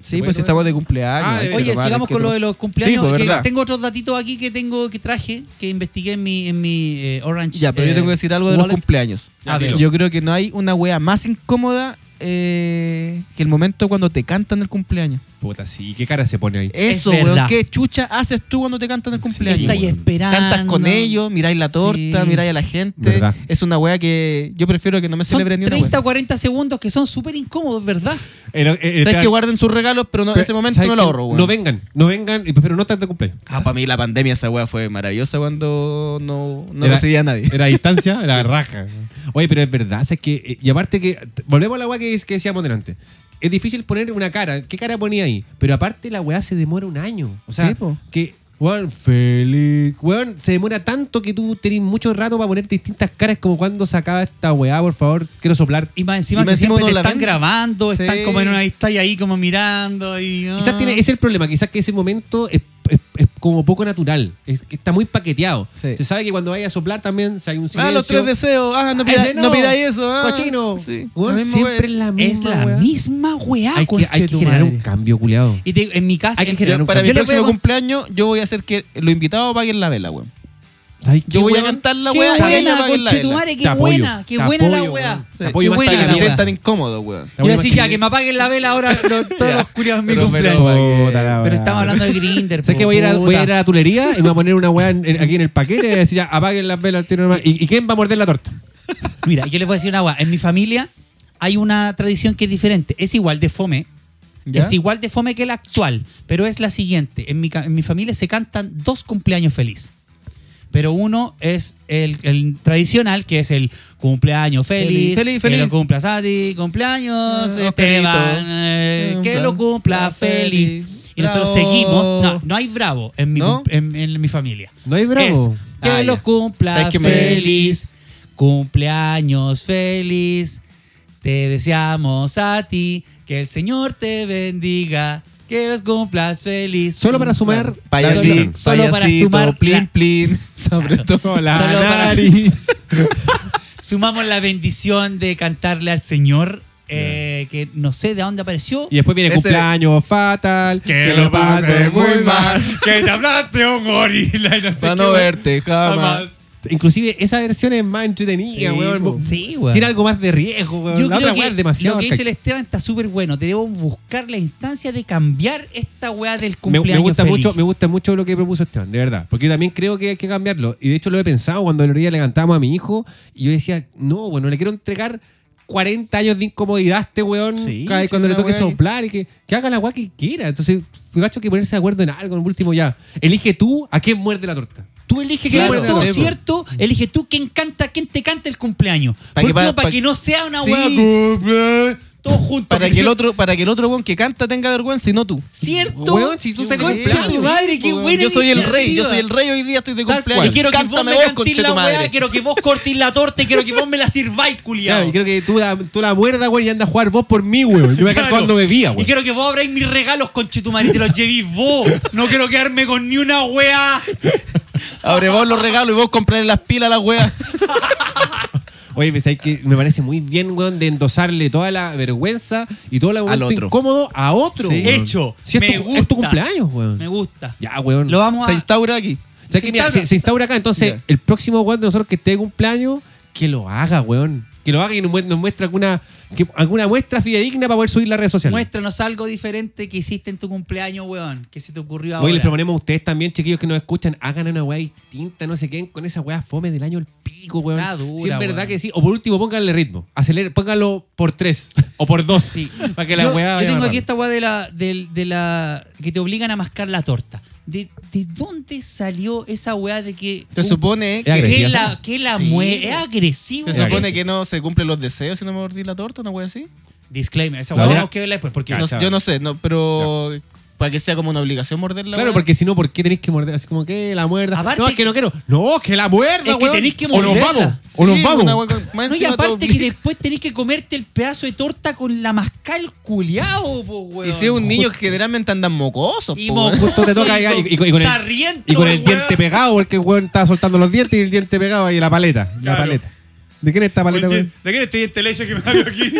Sí, pues estamos de cumpleaños.
Ah,
hay que
Pero
Oye,
tomar,
sigamos
hay que
con lo
tomar.
de los cumpleaños.
Sí, pues,
que
verdad.
tengo otros datitos aquí que tengo que traje, que investigué en mi, en mi eh, Orange.
Ya, pero yo
eh,
tengo que decir algo de los
wallet.
cumpleaños.
Ah, dilo.
Yo creo que no hay una wea más incómoda eh, que el momento cuando te cantan el cumpleaños.
Puta, sí, ¿qué cara se pone ahí?
Eso,
verdad.
weón, ¿qué chucha haces tú cuando te cantan el cumpleaños?
Estáis
weón.
esperando.
Cantas con ellos, miráis la torta,
Sí.
miráis a la gente.
Verdad.
Es una wea que yo prefiero que no me
Son
celebre ni una
30
wea.
o 40 segundos que son súper incómodos, ¿verdad?
El- el- el-
Sabes que
el-
guarden sus regalos, pero no,
Este pero,
ese momento
¿sabes
no lo
qué?
ahorro, weón.
No vengan, no vengan, y- pero no tanto de cumpleaños.
Ah, para mí la pandemia esa wea fue maravillosa cuando no, no
Era-
recibía a nadie.
Era a distancia, era raja. Oye, pero es verdad, ¿sabes que eh, Y aparte que, t- volvemos a la weá que, es- que decíamos delante. Es difícil poner una cara. ¿Qué cara ponía ahí? Pero aparte la weá se demora un año. O sea,
Sí, po.
que, weón, feliz. Weón, se demora tanto que tú tenés mucho rato para poner distintas caras como cuando se acaba esta weá, por favor, quiero soplar.
Y más encima,
Y más
que
encima
siempre
uno
te
la
están
ven.
grabando,
Sí.
están como en una distancia ahí como mirando y... ah.
Quizás tiene, ese es el problema, quizás que ese momento es, es- es como poco natural. Es- está muy paqueteado.
Sí.
Se sabe que cuando vaya a soplar también si hay un silencio.
Ah, los tres deseos. Ah, no
Ah,
pidáis
de
no
nuevo.
pidáis eso. Ah.
Cochino.
Sí.
Weón,
La misma
siempre
wea es-
es la misma.
Es la
weá.
misma weá,
Ah,
Hay que, hay que
conchetumadre.
generar un cambio, culiado.
Y te- en mi casa...
Hay que
en-
generar un
Para mi
Yo le
próximo
voy a-
cumpleaños, yo voy a hacer que los invitados paguen la vela, weón. Yo voy a cantar la
¡Qué
weá. y ellos
buena,
paguen la vela.
conchetumare!
Te
¡Qué
apoyo,
buena! ¡Qué
te
buena la
apoyo,
weá!
weón.
Sí.
Te apoyo
¡Qué
Para
más
buena
que
la
se
wea.
weá!
sientan incómodos, weón.
La
Y
wea
así
más
ya,
que-
que me apaguen la vela ahora los- todos
Ya.
los culiados en mi
Pero-
cumpleaños.
pero-
Pero estamos hablando de Grinder.
¿Sabes que voy a, ir a, voy a ir a la tulería y me voy a poner una weá en- en- aquí en el paquete y decir ya apaguen las velas al tiro nomás. ¿Y, y quién va a morder la torta?
Mira, yo les voy a decir una weá. En mi familia hay una tradición que es diferente. Es igual de fome.
¿Ya?
Es igual de fome que la actual. Pero es la siguiente. En mi, ca- en mi familia se cantan dos cumpleaños feliz. Pero uno es el, el tradicional, que es el cumpleaños feliz.
Feliz, feliz,
Que lo
feliz.
cumplas a ti, cumpleaños,
Ah,
Esteban.
Oscarito.
eh, que lo
Cumpla-
cumpla
feliz.
feliz. Y nosotros
Bravo.
seguimos. No, no hay bravo en mi,
¿No?
cum- en- en mi familia.
No hay bravo.
Es que
Ah,
lo
ya.
cumpla
¿Sabes qué me-
feliz, cumpleaños feliz. Te deseamos a ti que el Señor te bendiga, que los cumplas feliz.
Solo para sumar.
Payasín,
Solo- solo para
payasito,
sumar
plin,
la-
plin. Sobre todo
La
Solo para-
nariz.
Sumamos la bendición de cantarle al Señor, eh, que no sé de dónde apareció.
Y después viene
Ese-
cumpleaños fatal.
Que lo pase
pase
muy mal. Que te hablaste un gorila y no sé
Para
qué,
no
weón.
verte jamás.
Inclusive esa versión es más entretenida,
Sí,
weón.
po. Sí, weón.
Tiene algo más de riesgo, weón.
Yo
la
creo
otra weá
que
es demasiado.
lo que dice el
arcaica.
Esteban está súper bueno. Debemos buscar la instancia de cambiar esta weá del
me,
cumpleaños
me gusta
feliz.
mucho, me gusta mucho lo que propuso Esteban, de verdad. Porque yo también creo que hay que cambiarlo. Y de hecho lo he pensado cuando el otro día le cantamos a mi hijo y yo decía, no, bueno, le quiero entregar 40 años de incomodidad a este weón
Sí,
cada vez
sí,
cuando le
una
toque
weá que-
soplar y que, que haga la weá que quiera. Entonces, gacho que ponerse de acuerdo en algo, en último ya. Elige tú a quién muerde la torta. Tú eliges quién muerde la
Cierto,
torta.
cierto. Elige tú quién canta, quién te canta el cumpleaños.
Pa'
Por
que-
último,
pa-
para
pa-
que no sea una
Sí.
hueá. Todos juntos.
Para que el otro, para que el otro weón que canta tenga vergüenza y no tú.
Cierto.
Weón, si tú estás de
Concha
cumpleaños.
tu madre, qué
weón.
buena
Yo soy el rey, yo
iniciativa.
soy el rey hoy día, estoy de
Tal
cumpleaños.
Y
cual.
quiero que vos
Cántame
me
vos,
cantís la
conchetumadre.
hueá, quiero que vos cortís la torta y quiero que vos me la sirváis, culiado.
Claro, y creo que tú la, tú la muerdas, weón, y andas a jugar vos por mí, weón. Yo me acá cuando bebía, weón.
Y quiero que vos abráis mis regalos, conchetumare, y te los llevéis vos. No quiero quedarme con ni una weá.
Abre vos los regalos y vos comprarle las pilas a la wea.
Oye, pues, hay que, me parece muy bien, weón, de endosarle toda la vergüenza y todo el momento
otro.
incómodo a otro.
Sí.
weón.
Hecho.
Si es,
Me
tu, es
gusta.
tu cumpleaños, weón.
Me gusta.
Ya, weón.
Lo vamos
Se
a.
instaura aquí.
O sea, que, mira, se, se instaura acá. Entonces,
Ya.
el próximo weón de nosotros que esté de cumpleaños, que lo haga, weón. Que lo haga y nos mue- nos muestre alguna, que- alguna muestra fidedigna para poder subir las redes sociales.
Muéstranos algo diferente que hiciste en tu cumpleaños, weón. Que se te ocurrió ahora.
Hoy les proponemos a ustedes también, chiquillos que nos escuchan, hagan una weá distinta, no se queden con esa weá fome del año el pico, weón.
Está dura,
si es verdad
weón.
que sí. O por último, pónganle ritmo. Acelere, pónganlo por tres o por dos.
Sí.
Para que la
yo,
weá
yo
vaya
tengo
más
aquí
rápido.
esta weá de la, del- de la. que te obligan a mascar la torta. ¿De, de dónde salió esa weá de que.
Se
un-
supone
Es
que
que,
agresivo. agresiva,
la,
¿sabes?
que la
Sí,
mue- Es
weón.
agresivo.
se
Es
supone
agresivo.
que no se cumplen los deseos si no me mordí la torta, una wea así.
Disclaimer. Esa
La
weá
otra-
tenemos que verla después. Porque
Ya,
No-
chaval.
yo no sé, no, pero para que sea como una obligación morder la
Claro,
wea.
porque si no, ¿por qué tenéis que morder? Así como que la muerda.
Aparte-
no, es que no quiero. No, que la muerda,
Es que
weón.
tenéis que
O nos
morderla.
vamos.
Sí,
o nos vamos.
una wea con- más
No, y
encima te
aparte que
obliga.
después tenés que comerte el pedazo de torta con la mascal culiao, po, weón.
Y si es un niño que generalmente andan mocosos,
Y
po,
mo-
weón.
Justo te toca y, y- y con el-
Sarriento,
y con el
weón.
diente pegado, porque el weón estaba soltando los dientes y el diente pegado ahí la paleta. La
Claro.
paleta. ¿De quién es esta paleta,
Oye,
weón?
¿De quién este diente leche que me salió aquí?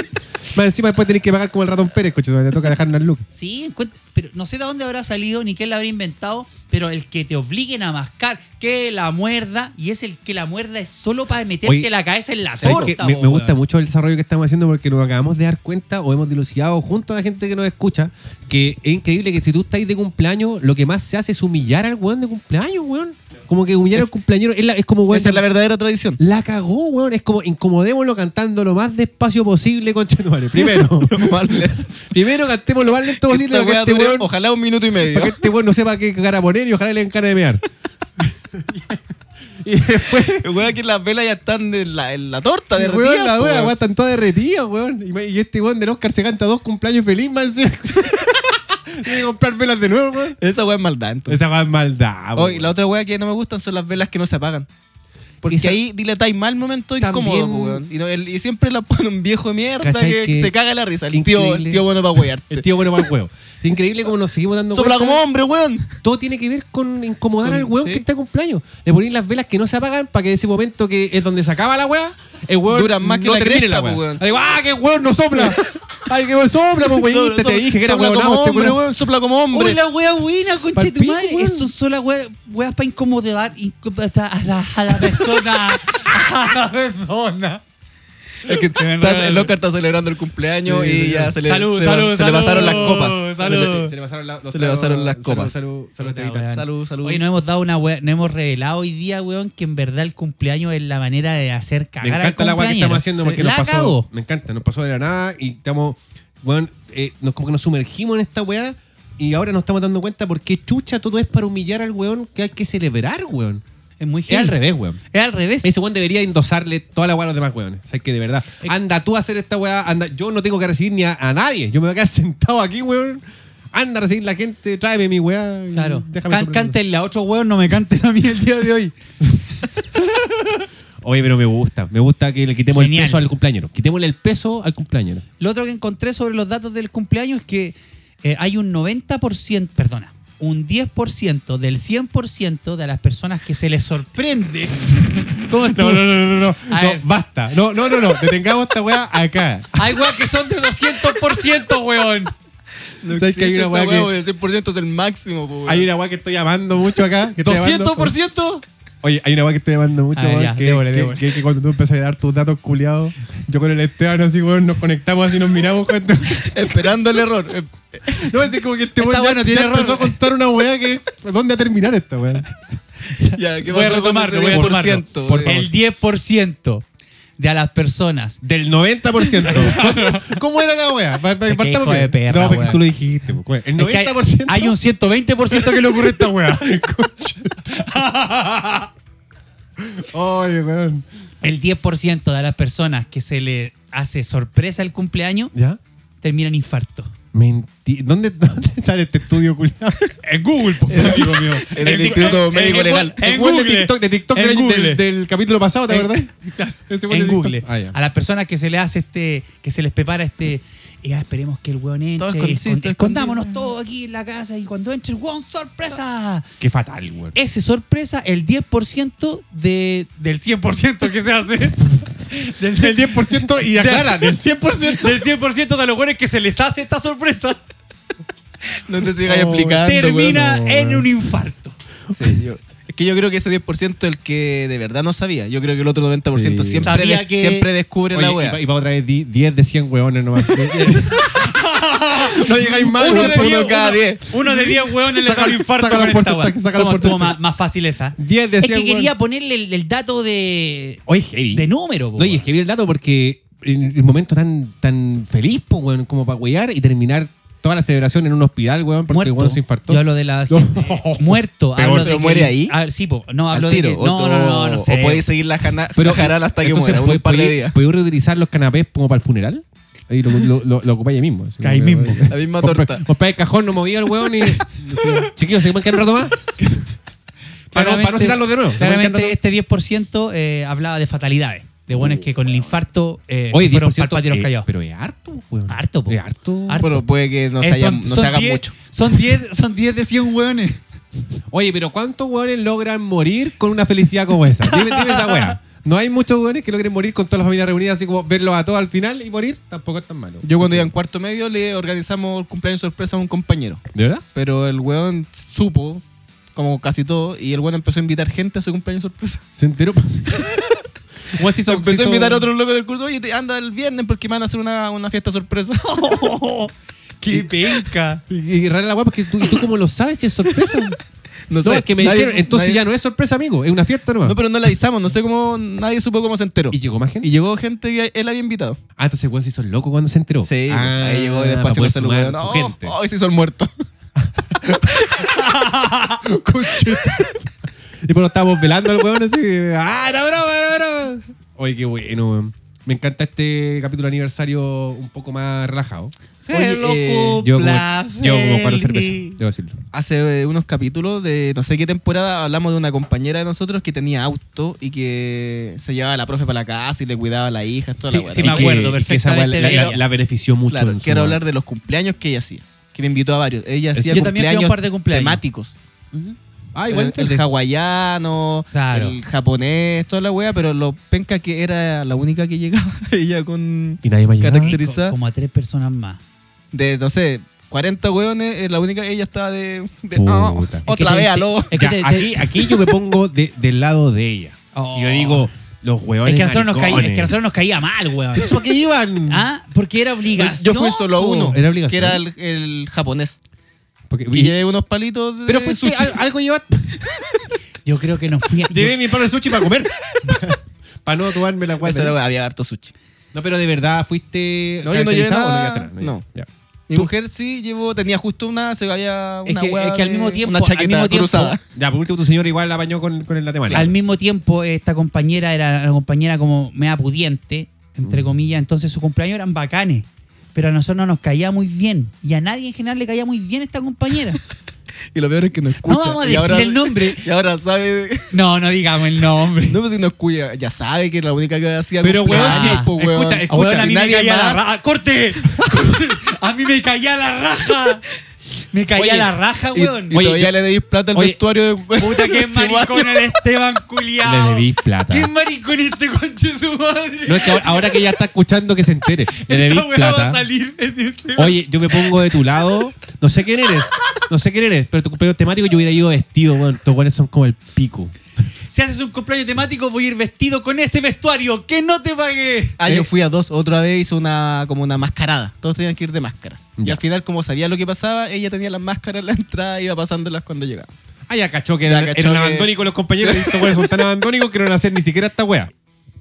Más encima después tenés que pagar como el ratón Pérez, coche. Te toca dejar unas lucas.
Sí, encuent- pero no sé de dónde habrá salido ni quién la habrá inventado, pero el que te obliguen a mascar, que la muerda, y es el que la muerda es solo para meterte
Oye,
la cabeza en la
¿Sabes
torta.
qué? Me,
po,
me gusta
weón.
mucho el desarrollo que estamos haciendo porque nos acabamos de dar cuenta o hemos dilucidado junto a la gente que nos escucha que es increíble que si tú estáis de cumpleaños, lo que más se hace es humillar al weón de cumpleaños, weón. Como que humillar al cumpleañero es, la- es como weón.
Esa es la verdadera tradición.
la cagó, weón. Es como incomodémoslo cantando lo más despacio posible, concha de tu madre. Primero,
Vale.
primero cantemos lo más lento posible
Esta
para que,
wea
este
dure
weón,
ojalá un minuto y medio.
para que este weón no sepa qué cara poner y ojalá le den cara de mear. y después.
Weón, que las velas ya están de la, en la torta de
Weón, la dura, weón, están todas derretidas, weón. Y, y este weón del Oscar se canta dos cumpleaños feliz, man. se- Tiene que comprar velas de nuevo, weón.
Esa wea es maldad, entonces.
Esa más maldad,
Oh, y la otra wea que no me gustan son las velas que no se apagan. Porque
Esa-
ahí dilatáis mal momento
También-
incómodo, po, weón. Y, no- el- y siempre la pone un viejo de mierda
¿Cachai
que,
que-
se caga la risa. El tío, el
Increíble.
tío bueno para
El
wearte.
tío bueno para el huevo. Es increíble cómo nos seguimos dando
Sopla
cuenta.
como hombre, weón.
Todo tiene que ver con incomodar
Con-
al weón
sí.
que está de cumpleaños. Le ponéis las velas que no se apagan para que ese momento que es donde se acaba la weá, el weón
Duran más que
no
la
termine
cresta,
la
po,
weá.
weón.
Digo, ah, que weón no sopla. Ay, que weón sopla, pues weón.
Sopla-
Te,
sopla-
dije que era este
sopla
weón.
como hombre, weón. Sopla como hombre.
Uy, la wea buena, conche tu
Palpico,
madre.
weón.
Eso son las wea- weas para incomodar incomodar a la, a la persona. a la persona.
Es que te
Está- el Oscar está celebrando el cumpleaños
Sí,
y
sí,
ya
sí.
se le,
Salud,
se,
salud,
se le pasaron las
salud, salud.
copas. Se le-
le pasaron, la- los
Se le pasaron las
tragos.
copas.
Salud, salud,
Puta,
salud,
weón.
Salud, salud.
Oye, nos hemos dado una wea, nos hemos revelado hoy día, weón, que en verdad el cumpleaños es la manera de hacer
Me
cagar al
encanta la agua que
cumpleañero.
estamos haciendo
Sí.
porque
la
nos pasó.
cago.
Me encanta, nos pasó de la nada y estamos. Bueno, eh, nos, como que nos sumergimos en esta weá y ahora nos estamos dando cuenta por qué chucha todo es para humillar al weón que hay que celebrar, weón.
Es muy
Es al
gil.
revés, weón.
Es al revés.
Ese weón debería endosarle toda la weá a los demás weones. O sea, que de verdad. Anda tú a hacer esta weá, anda. Yo no tengo que recibir ni a, a nadie. Yo me voy a quedar sentado aquí, weón. Anda a recibir la gente, tráeme mi weá. y
Claro.
Mm, déjame
Can,
sorprender.
cántenla, otro weón no me canten a mí el día de hoy.
Oye, pero me gusta. Me gusta que le quitemos
Genial.
el peso al cumpleañero. Quitémosle el peso al cumpleañero.
Lo otro que encontré sobre los datos del cumpleaños es que eh, hay un 90%, perdona, un 10% del 100% de las personas que se les sorprende. ¿Cómo
No,
estuvo?
no, no, no, no,
A
no,
ver.
basta. No, no, no, no. Detengamos esta weá acá.
Hay weas que son de 200%, weón.
No
¿Sabes que hay
existe
una
esa
weá
weón, El 100% es el máximo, po, weón.
Hay una weá que estoy amando mucho acá. que estoy amando.
200%.
Oye, hay una weá que estoy amando mucho,
A ver,
weón,
Ah, ya,
que,
débole,
que-
débole.
que- que cuando tú empiezas a dar tus datos culiados, yo con el Esteban así, weón, nos conectamos así, nos miramos. Con...
Esperando el error. Eh,
No, es como que este
Esta
weón
weá
ya,
no tiene
ya
error.
empezó a contar una weá que... ¿Dónde va a terminar esta weá?
Ya, ¿qué
Voy a
pasó con
retomarlo,
ese
voy a
10%,
retomarlo,
weón?
por favor.
El 10% de a las personas.
Del 90%. ¿Cómo era la weá? Pa- pa-
Es que
partamos
hijo de
bien.
perra,
no, porque
weón.
tú lo dijiste. pues, weón. El
Es que hay-
90%.
hay, un 120% que le ocurre a esta wea.
Oye, weón.
El 10% de las personas que se le hace sorpresa el cumpleaños
¿Ya?
terminan infarto.
Menti- ¿Dónde, ¿Dónde está este estudio culiado?
En Google, po, amigo mío.
En el Instituto Médico Legal.
En
El weón de
Google.
TikTok, de TikTok
En
del,
Google.
del- del capítulo pasado, ¿te
En-
acordás? Ese weón
en
de TikTok.
Google.
Ah, ya.
A las personas que se les hace este, que se les prepara este, ya esperemos que el weón entre,
Todo escondido,
escon-
todo
escondámonos
escondido.
todos aquí en la casa y cuando entre el weón, sorpresa.
Qué fatal, weón.
Ese sorpresa, el 10% de, del 100%
¿Qué se hace?
del, 10% y aclara, del 100%.
Del 100% de los buenos que se les hace esta sorpresa
No te sigas
Oh,
explicando.
termina
weón.
en un infarto.
weón. Sí, yo- Es que yo creo que ese 10% es el que de verdad no sabía. Yo creo que el otro 90%
Sí.
siempre,
Sabía
de-
que-
siempre descubre
Oye,
la
y,
wea.
pa- y para otra vez, di- 10 de 100 hueones nomás. no llegáis mal.
Uno
weón,
de
por
diez,
uno
lo-
cada
uno-
diez.
Uno de 10 hueones le da
Saca-
un infarto
saca
con
los
esta weá.
porcentajes, saca los
¿Cómo estuvo más,
porcentajes.
más fácil esa?
10 de
Es
100
que quería
hueones.
ponerle el, el dato de,
Oye, heavy.
de número. po,
No, y es
weón.
que vi el dato porque el, el momento tan, tan feliz, po, weón, como para huear y terminar toda la celebración en un hospital, weón, porque el weón se infartó.
Yo hablo de la
No.
gente. muerto.
Peor.
hablo de
¿Pero
que-
muere ahí?
Ah, sí, po. No,
Al
hablo
tiro.
de que-
o-
no, no, no, no
o-
sé.
O podéis seguir la, jana, la jarana hasta que
entonces,
muera.
¿puedes-
Un par de
puedes-
días.
puedes reutilizar los canapés como para el funeral? Ahí lo, lo, lo, lo ocupáis ahí mismo. así
Ahí
como que-
mismo.
La misma
Compré-
torta.
compré el cajón, no movía el weón y. Chiquillos, ¿se pueden quedar un rato más? Para no, para no
Claramente-
citarlo de nuevo. ¿se pueden quedar un rato
Claramente este 10% eh, hablaba de fatalidades. De buenos que con el infarto eh,
más? Oye,
se fueron pa'l
10%
patio los
eh,
callados.
Pero es harto, weón.
Harto, po.
Es harto.
Harto.
Pero puede que no se,
Eh,
haya-
son-
no se
son
haga
10
mucho.
Son 10 son 10 de 100 hueones.
Oye, pero ¿cuántos hueones logran morir con una felicidad como esa? Dime, dime esa weá. No hay muchos hueones que logren morir con todas las familias reunidas, así como verlos a todos al final y morir, tampoco es tan malo.
Yo cuando iba en cuarto medio le organizamos el cumpleaños sorpresa a un compañero.
¿De verdad?
Pero el weón supo, como casi todo, y el weón empezó a invitar gente a su cumpleaños sorpresa.
Se enteró. Weón, se hizo-
Empezó a
se hizo-
invitar a otros locos del curso, oye, te- anda el viernes porque me van a hacer una, una fiesta sorpresa.
¡Qué penca!
Y, y rara la weá, porque tú, ¿y tú cómo lo sabes si es sorpresa?
No
No,
sé,
es que me
nadie-
dijeron, entonces
nadie-
ya no es sorpresa, amigo, es una fiesta nomás.
No, pero no le avisamos, no sé cómo, nadie supo cómo se enteró.
Ah. ¿Y llegó más gente?
Y llegó gente que él había invitado.
Ah, entonces weón se hizo loco cuando se enteró.
Sí,
Ah,
ahí llegó
para
despacio con
poder
su
sumar
weón.
a su
No,
gente.
Hoy sí son muertos.
Conchita. Y pues lo estábamos velando al weón así. ¡Ah, era broma, era broma! Oye, qué bueno, weón. Me encanta este capítulo aniversario un poco más relajado.
Oye, eh,
Yo como, yo como para la cerveza, debo decirlo.
Hace eh, unos capítulos de no sé qué temporada hablamos de una compañera de nosotros que tenía auto y que se llevaba a la profe para la casa y le cuidaba a la hija. Toda
Sí,
la weá.
sí me
Y que-
acuerdo
y que esa
perfectamente
weá la-
de
la,
ella.
la benefició mucho.
Claro,
en su-
quiero hablar de los cumpleaños que ella hacía. Que me invitó a varios. Ella hacía
Yo también fui a
cumpleaños,
un par de cumpleaños.
temáticos.
Ah, igual
el, el hawaiano,
Claro.
el japonés, toda la wea, pero lo penca que era la única que llegaba ella con
Y nadie va a llegar.
Caracter-
Co-
Caracterizada.
Como a tres personas más.
de no sé, 40 weones, eh, la única ella estaba de, de
Puta.
"Oh,
Es que
otra
te-
vez
te-
aló.
Es que
Ya,
te- te-
aquí, aquí yo me pongo de- del lado de ella.
Oh.
Y yo digo, los huevones.
Es que, a nosotros nos caía, es que a nosotros nos caía mal, weón.
¿Eso que iban?
Ah, porque era obligación.
Yo fui solo
po.
uno,
Era obligación.
que era el, el japonés.
Porque-
Que llevé unos palitos de
pero fue
sushi.
al- algo llevar.
Yo creo que nos fui. a-
Llevé mi palo de sushi para comer. para no tomarme la
Eso
guata.
era, había harto sushi.
No, pero de verdad, fuiste.
No, yo no llevé
caracterizado o
nada.
llegaste No.
No.
Ya.
Mi
Tú-
mujer sí llevó, tenía justo una, se había
Es
una
que-
wea
es que al
de-
mismo tiempo-
una
al
chaqueta
mismo tiempo-
cruzada.
Ya, por último, tu señor igual la apañó con, con el latemán.
Al mismo tiempo, esta compañera era una compañera como mea pudiente,
Mm.
entre comillas, entonces sus cumpleaños eran bacanes. Pero a nosotros no nos caía muy bien. Y a nadie en general le caía muy bien esta compañera.
Y lo peor es que no escucha.
no vamos a
Y
decir
ahora-
el nombre.
Y ahora sabe.
No, no digamos el nombre.
No, pues si no cuida. Ya sabe que la única que hacía.
Pero, weón,
cumpleaños,
sí,
po, weón.
Ah,
Escucha, escucha,
Weón,
a mí me
nadie
caía la
más.
raja. ¡Corte! a mí me caía la raja.
Me caía
Oye,
la raja,
Y,
weón.
y
Oye,
todavía le deis plata al
Oye,
vestuario de.
Puta que es maricón el Esteban culiao.
Este Le debí plata.
¿Qué maricón este conche su madre?
No, es que ahora, ahora que ya está escuchando, que se entere. Le debí
Esta weá va a
plata. Oh.
salir en este el tema.
Oye, yo me pongo de tu lado. No sé quién eres. No sé quién eres. Pero tu cumpleaños temático yo hubiera ido vestido, weón. Estos weones son como el pico.
Si haces un cumpleaños temático, voy a ir vestido con ese vestuario que no te pagué.
Ah,
Eh.
yo fui a dos. Otra vez hizo una, como una mascarada. Todos tenían que ir de máscaras. Y
Ya.
al final, como sabía lo que pasaba, ella tenía las máscaras en la entrada iba pasándolas cuando llegaba.
Ah, ya cachó que
Ya
eran,
cachó
eran
que-
abandónicos los compañeros. y Estos weones son tan abandónicos que no van a hacer ni siquiera esta wea.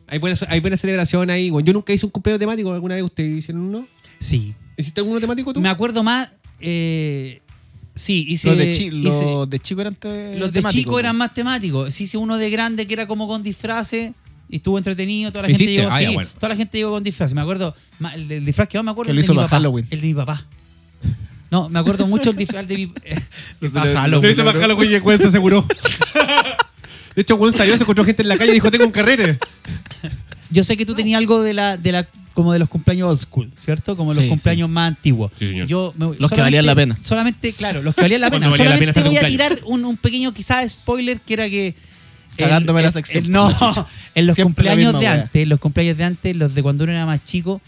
Hay buena, hay buena celebración ahí, weón. Yo nunca hice un cumpleaños temático. ¿Alguna vez ustedes hicieron uno?
sí.
¿Hiciste alguno temático tú?
Me acuerdo más. eh, sí, hice.
Los de, chi- los
hice-
de chico eran te-
Los de
temáticos,
chico eran
eh, po.
más temáticos. Sí, sí, uno de grande que era como con disfraces y estuvo entretenido. Toda la
¿Hiciste?
gente llegó
Ah, ya,
sí,
bueno.
Toda la gente llegó con disfraces. Me acuerdo, ma- el, del disfraz que más me acuerdo
Que lo
es el
hizo
de mi
para
papá.
Halloween.
El de mi papá. No, me acuerdo mucho el disfraz de mi.
Lo
Para
celebró-
Lo
Halloween.
hizo para Halloween y el weón se aseguró. De hecho, Juan salió, se encontró gente en la calle y dijo, tengo un carrete.
Yo sé que tú tenías algo de la, de la como de los cumpleaños old school, ¿cierto? Como los
Sí,
cumpleaños más antiguos.
Sí, señor.
Yo me-
Los que valían la pena.
Solamente, claro, los que valían la
Cuando
pena.
valía la
Solamente
pena estar
voy a
cumpleaños.
tirar un, un pequeño quizás spoiler que era que
Cagándome
el-
la
el-
sección.
el- no, en los
Siempre la
cumpleaños
misma
de
wea.
antes, los cumpleaños de antes, los de cuando uno era más chico,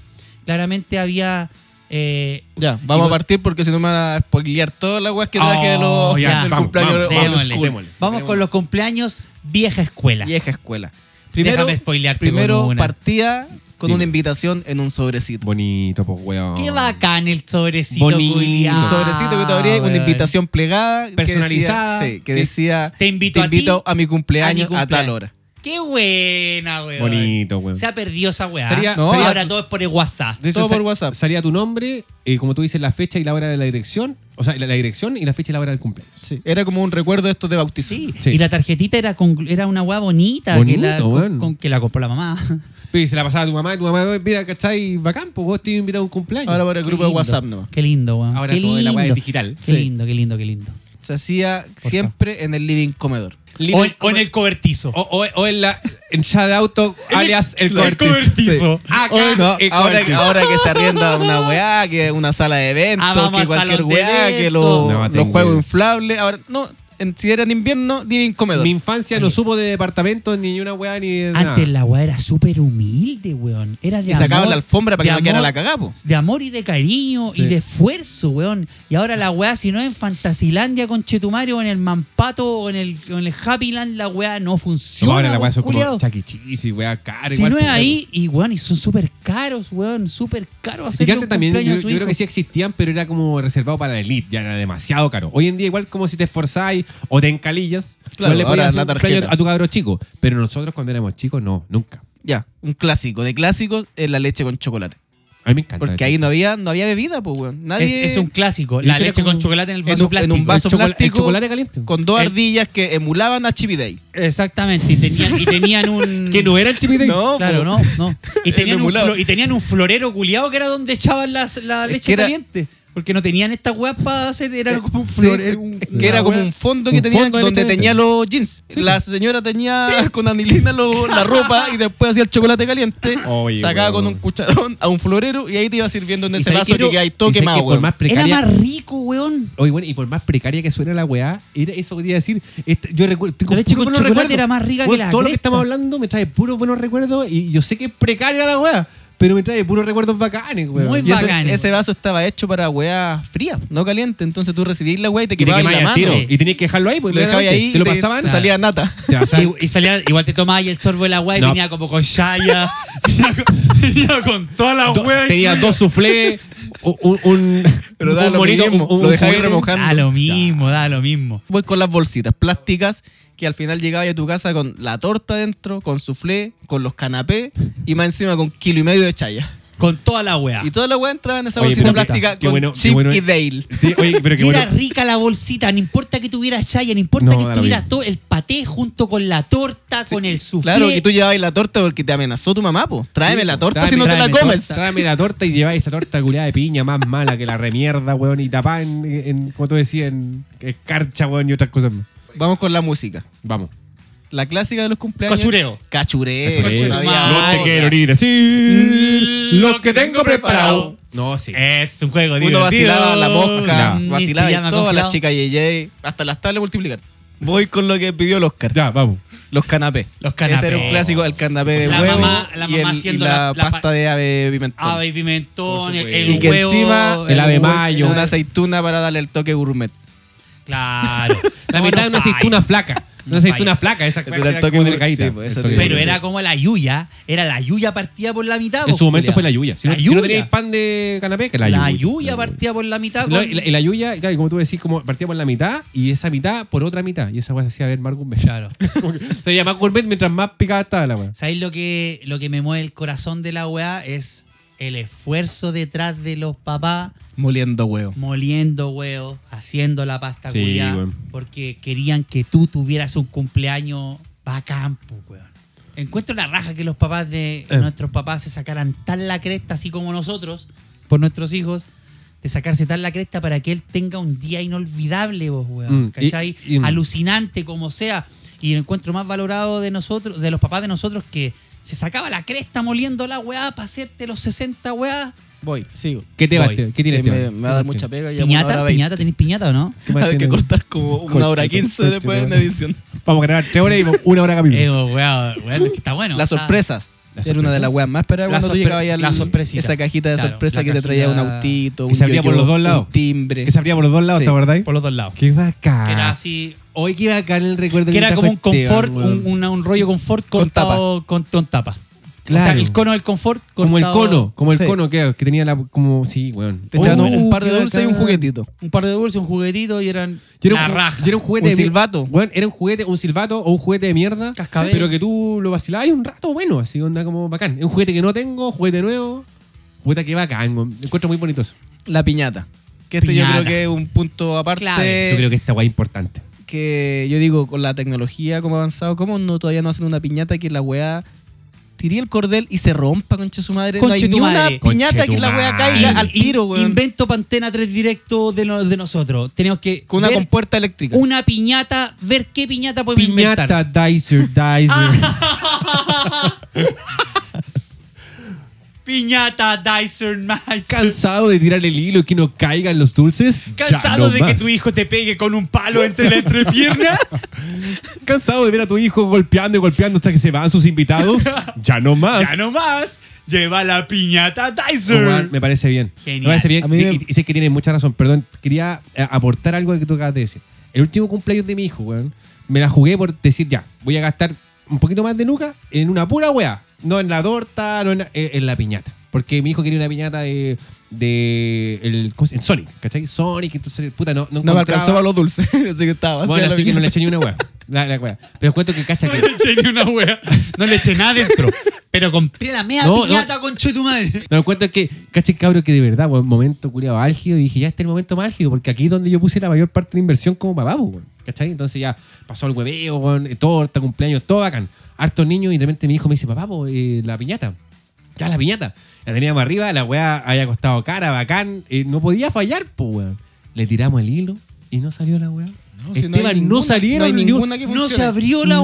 claramente había. eh,
Ya, vamos
Igual-
a partir porque si no me van a spoilear todas las weas que traje de
Oh,
los
ya,
del
vamos,
cumpleaños
vamos,
old
démosle.
school.
démosle.
vamos con los cumpleaños vieja escuela.
Vieja escuela. Primero,
Déjame spoilearte
primero
con una.
partía con
Dime.
una invitación en un sobrecito.
Bonito, pues, weón.
Qué bacán el sobrecito.
Bonito.
culiao,
un sobrecito que te abría
Ah,
con una
weón.
invitación plegada. que
Personalizada.
decía- sí, que
Te-
decía,
te invito a ti,
a, mi cumpleaños a,
cumpleaños.
tal hora.
Qué buena, weón.
Bonito, weón.
Se ha perdido esa weá.
Sería-
No,
sería-
ahora todo es por el WhatsApp.
De hecho,
Todo por
sa-
WhatsApp.
Salía tu nombre, eh, como tú dices, la fecha y la hora de la dirección. O sea, la, la dirección y la fecha y la hora del cumpleaños.
Sí, Era como un recuerdo de estos de bautismo.
Sí.
Sí.
y la tarjetita era, con- era una weá bonita que,
Bonito,
la, con-
weón.
con- que la compró la mamá.
Y se la pasaba a tu mamá y tu mamá, "Oye, mira, ¿cachai? Bacán, pues vos te invitado a un cumpleaños.
Ahora para el
Qué
grupo de
lindo.
WhatsApp nomás.
Qué lindo, weón.
Ahora
Qué
todo en la weá es
lindo.
digital.
Qué
Sí.
lindo, qué lindo, qué lindo.
Se hacía siempre en el living comedor.
O en, o en el cobertizo.
Oh,
O, o- o en la entrada de auto, alias el cobertizo.
cobertizo.
Sí. Ah, Acá,
Oye, no,
el
ahora,
cobertizo.
ahora que se arrienda una weá, que una sala de eventos,
Ah, vamos
que
al
cualquier
salón de
weá, que
eventos.
lo-
No, tengo
los juegos
idea.
inflables. Ahora, no, en- si era en invierno, living comedor.
Mi infancia no supo de departamento ni de una weá ni de nada.
Antes la weá era súper humilde, weón. Era de
y sacaban
amor,
la alfombra para
de
que no quedara
amor,
la cagá, po.
De amor y de cariño y
Sí.
de esfuerzo, weón. Y ahora la weá, si no es en Fantasilandia con Chetumario o en el Mampato o en el, o en el Happyland, la weá no
No,
funciona.
ahora la
weón,
weá son como
culiao.
Chucky Cheese y weá cara.
si
igual,
no es
pues,
ahí, y weón, y son súper caros, weón. Súper caros
Y
hacer
que antes también, yo, yo creo que sí existían, pero era como reservado para la elite, ya era demasiado caro. Hoy en día, igual como si te esforzáis o te encalillas,
Claro,
igual le
ahora
podías hacer
la
un cumpleaños
tarjeta.
a tu cabro chico. Pero nosotros cuando éramos chicos, no, nunca.
Ya, un clásico. De clásicos es la leche con chocolate.
A mí me encanta.
Porque ahí no había, no había bebida, pues, weón.
Es,
Nadie...
es un clásico.
Yo
La
creo
leche
que
con
un-
chocolate en el
en
vaso
un- en
plástico.
un vaso
el, chocola- el
plástico
chocolate caliente.
Con dos
El-
ardillas que emulaban a Chippy Day.
Exactamente. Y tenían, y tenían un.
Que no era el chipite.
No,
Claro, no, no. Y tenían, un,
emulado.
flo- y tenían un florero culiado que era donde echaban las, la
Es
leche
que era-
caliente. Porque no tenían estas weas para hacer. Era como un
Sí,
florero.
es que era como un fondo que
Un
tenía
fondo de
donde
leche de
tenía
leche.
los jeans. la señora tenía con anilina lo- la ropa y después hacía el chocolate caliente.
Oye,
sacaba
weón.
con un cucharón a un florero y ahí te iba sirviendo en
Y
ese
sabes
vaso
que-
que, hay todo
y sabes
quemado,
que por
weón.
más
Era
precaria-
más rico, weón.
Oye, bueno, y por más precaria que suena la weá, era eso quería decir. este- yo recuerdo. estoy
La leche
puros
con
buenos
chocolate
recuerdos.
era más rica que
Weón,
la
Todo lo que
cresta.
estamos hablando me trae puros buenos recuerdos y yo sé que es precaria la weá, pero me trae puros recuerdos bacanes, weón.
Muy
Y eso-
bacán.
Ese vaso estaba hecho para weá fría, no caliente. Entonces tú recibías la weá y te
Y te
quemabas la
quemabas
mano.
al tiro.
Y
Y tenías que dejarlo ahí, porque
lo dejabas
obviamente
ahí
Te lo
y
pasaban.
te salía nata.
Te pasaban-
Y, y salía, igual te tomabas ahí el sorbo del agua y
No.
venía como con Shaya. venía, con, venía con toda la
do-
wea.
tenía dos soufflés, un, un, un,
Pero da
un
lo
monito,
mismo,
un- un
lo dejaba ahí
juguete.
remojando.
Da lo mismo, da lo mismo.
Voy con las bolsitas plásticas que al final llegabas a tu casa con la torta dentro, con soufflé, con los canapés y más encima con kilo y medio de chaya.
Con toda la wea.
Y toda la weá entraba en esa
Ah. Oye,
bolsita
pero qué-
plástica
qué
con
bueno- qué
Chip
bueno-
y Dale.
Sí, oye, pero qué
Y era
bueno.
rica la bolsita, no importa que tuviera chaya, no importa
No, da
que
lo
tuviera
mismo.
todo el paté junto con la torta, con el soufflé.
Claro, y tú llevabas la torta porque te amenazó tu mamá, po. Tráeme la torta
Tráeme-
si no te
tráeme
la comes.
Tráeme la torta y lleváis esa torta culiada de piña más mala que la remierda, weón, y tapá en, en- como tú decías, en escarcha, weón, y otras cosas. más.
Vamos con la música.
Vamos.
La clásica de los cumpleaños.
Cachureo.
Cachureo.
Cachureo.
No había
No
otra.
te
ni decir
Mm,
lo que tengo preparado. No, sí.
Es un juego
Uno vacilaba la mosca,
Vacilaba.
Ni se
vacilaba
llama
y todas
congelado.
las chicas Yeye, hasta las tablas multiplicar. Voy con lo que pidió el Oscar.
Ya, vamos.
Los canapés.
Los canapés.
Ese era un clásico, el canapé de
La
huevo
mamá- la
y
mamá
el- y,
haciendo
la,
la- la pa-
pasta de ave pimentón.
Ave y pimentón,
Por
el,
supuesto.
el
y que
huevo.
encima
el ave mayo.
una aceituna para darle el toque gourmet.
Claro.
La
No,
mitad
no
de
falla.
una aceituna flaca. Una
No
aceituna
falla.
flaca, esa
Ese
que
era el
era
toque
como
por-
delgadita.
sí, pues, eso te
El toque
digo.
por-
Pero era como la yuya, era la yuya partida por la mitad.
En
po,
su momento
culiao.
fue la yuya. Si no,
La
si no
yuya.
teníais pan de canapé, que la,
La
yuya.
yuya
La
partida por la mitad.
No,
con-
y la, y la yuya, claro, y como tú decís, como partía por la mitad y esa mitad por otra mitad. Y esa weá se hacía ver más gourmet.
Claro.
Como que se veía más gourmet mientras más picada estaba la weá.
¿Sabéis lo que, lo que me mueve el corazón de la weá? Es el esfuerzo detrás de los papás
Moliendo huevo.
moliendo huevos, haciendo la pasta
Sí,
culiá,
weón.
porque querían que tú tuvieras un cumpleaños bacán, po, weón. Encuentro la raja que los papás de
Eh.
nuestros papás se sacaran tan la cresta, así como nosotros, por nuestros hijos, de sacarse tan la cresta para que él tenga un día inolvidable, vos, weón.
Mm, y-
¿Cachai?
y-
Alucinante como sea. Y el encuentro más valorado de nosotros, de los papás de nosotros, que se sacaba la cresta moliendo la weá para hacerte los 60 weá
Voy, sigo.
¿Qué te va
Voy.
Esteban? ¿Qué tiene este
este
Que me,
Esteban?
me va a dar mucha pega. ya una hora
¿Piñata?
veinte.
¿Piñata? ¿Tenés piñata o no?
¿Qué más
Hay que
tiene?
cortar como una hora
Conchito,
quince después en
conchito.
edición.
Vamos a grabar tres horas y una hora camino.
Eh, weón, weón, es que está bueno.
Las
está-
sorpresas.
¿La
Era
sorpresa?
una de las weas más esperadas
La
cuando tú
sorpre-
llegabas ahí al-
la sorpresita.
Esa cajita de
Claro,
sorpresa
la
que te traía un
cajita-
autito,
que
un
se abría por
yo-yo,
los dos lados.
un timbre.
Que se abría por los dos lados,
Sí.
¿te acordás?
Por los dos lados.
¿Eh? Qué bacán.
Que era así.
Hoy que bacán el recuerdo
Que
me
era
trajo
como un
Esteban,
confort,
weón.
un, una- un rollo confort
Con
cortado con, con tapa. O sea,
Claro.
el cono del confort cortado.
como el cono, como el
Sí.
cono que, que tenía la como sí, weón.
Te echaban un- un par de
qué
dulces y un
bacán.
juguetito.
Un par de dulces, un juguetito y eran
Yo
la
un,
raja.
yo era un juguete
Un
de mier-
silbato.
Weón, era un juguete, un silbato o un juguete de mierda,
Cascabel.
pero que tú lo vacilabas y un rato bueno, así onda como bacán. Es un juguete que no tengo, juguete nuevo. Puta que bacán, weón. Encuentro muy bonito eso.
La piñata. Que esto
Piñata.
yo creo que es un punto aparte.
Clave.
Yo creo que esta weá es importante.
que yo digo, con la tecnología como ha avanzado, ¿cómo no todavía no hacen una piñata que la weá tiré el cordel y se rompa, concha su madre? no
Conche
hay
tu
ni
madre.
una piñata
Conche
que
tu
la weá
madre.
caiga al
In-
tiro, weón.
Invento Pantena 3 directo de, no- de nosotros. Tenemos que
Con una
ver
compuerta eléctrica.
una piñata, ver qué piñata podemos
Piñata
inventar.
Dicer Dicer.
Piñata, Dyson, Miser.
Cansado de tirar el hilo y que no caigan los dulces. Ya
Cansado
no
de que
más.
tu hijo te pegue con un palo entre la entrepierna.
Cansado de ver a tu hijo golpeando y golpeando hasta que se van sus invitados. ya no más.
ya no más. Lleva la piñata,
Omar,
Dyson.
me parece bien.
Genial.
Me parece bien.
A mí me-
Y, y sé que tienes mucha razón. Perdón, quería eh, aportar algo que tú acabas de decir. El último cumpleaños de mi hijo, weón, me la jugué por decir ya, voy a gastar un poquito más de nuca en una pura weá. No en la torta, no en la, eh, en la piñata. Porque mi hijo quería una piñata de. de el, ¿cómo se- en Sonic, ¿cachai? Sonic, entonces, puta, no, no,
no me
encontraba.
alcanzó para los dulces, así que estaba vacía
Bueno,
la
así que
piñata.
no le eché ni una weá. La, la weá. Pero cuento que cacha que.
No le eché ni una wea.
No le eché nada dentro. Pero compré la mea
No,
piñata, conche tu madre.
No, el cuento es que, caché cabro, que de verdad, un momento culiado álgido. Y dije, ya este es el momento más álgido, porque aquí es donde yo puse la mayor parte de la inversión como papá, pues, weón. ¿Cachai? Entonces ya pasó el hueveo, weón, eh, torta, cumpleaños, todo bacán. Hartos niños, y de repente mi hijo me dice, papá, pues, eh, la piñata. Ya la piñata. La teníamos arriba, la weá había costado cara, bacán. eh, no podía fallar, pues, weón. Le tiramos el hilo y no salió la weá.
No, si no hay
Esteban, no,
ninguna-
salieron
no hay
ni un-
ninguna que
No se
funcione.
abrió la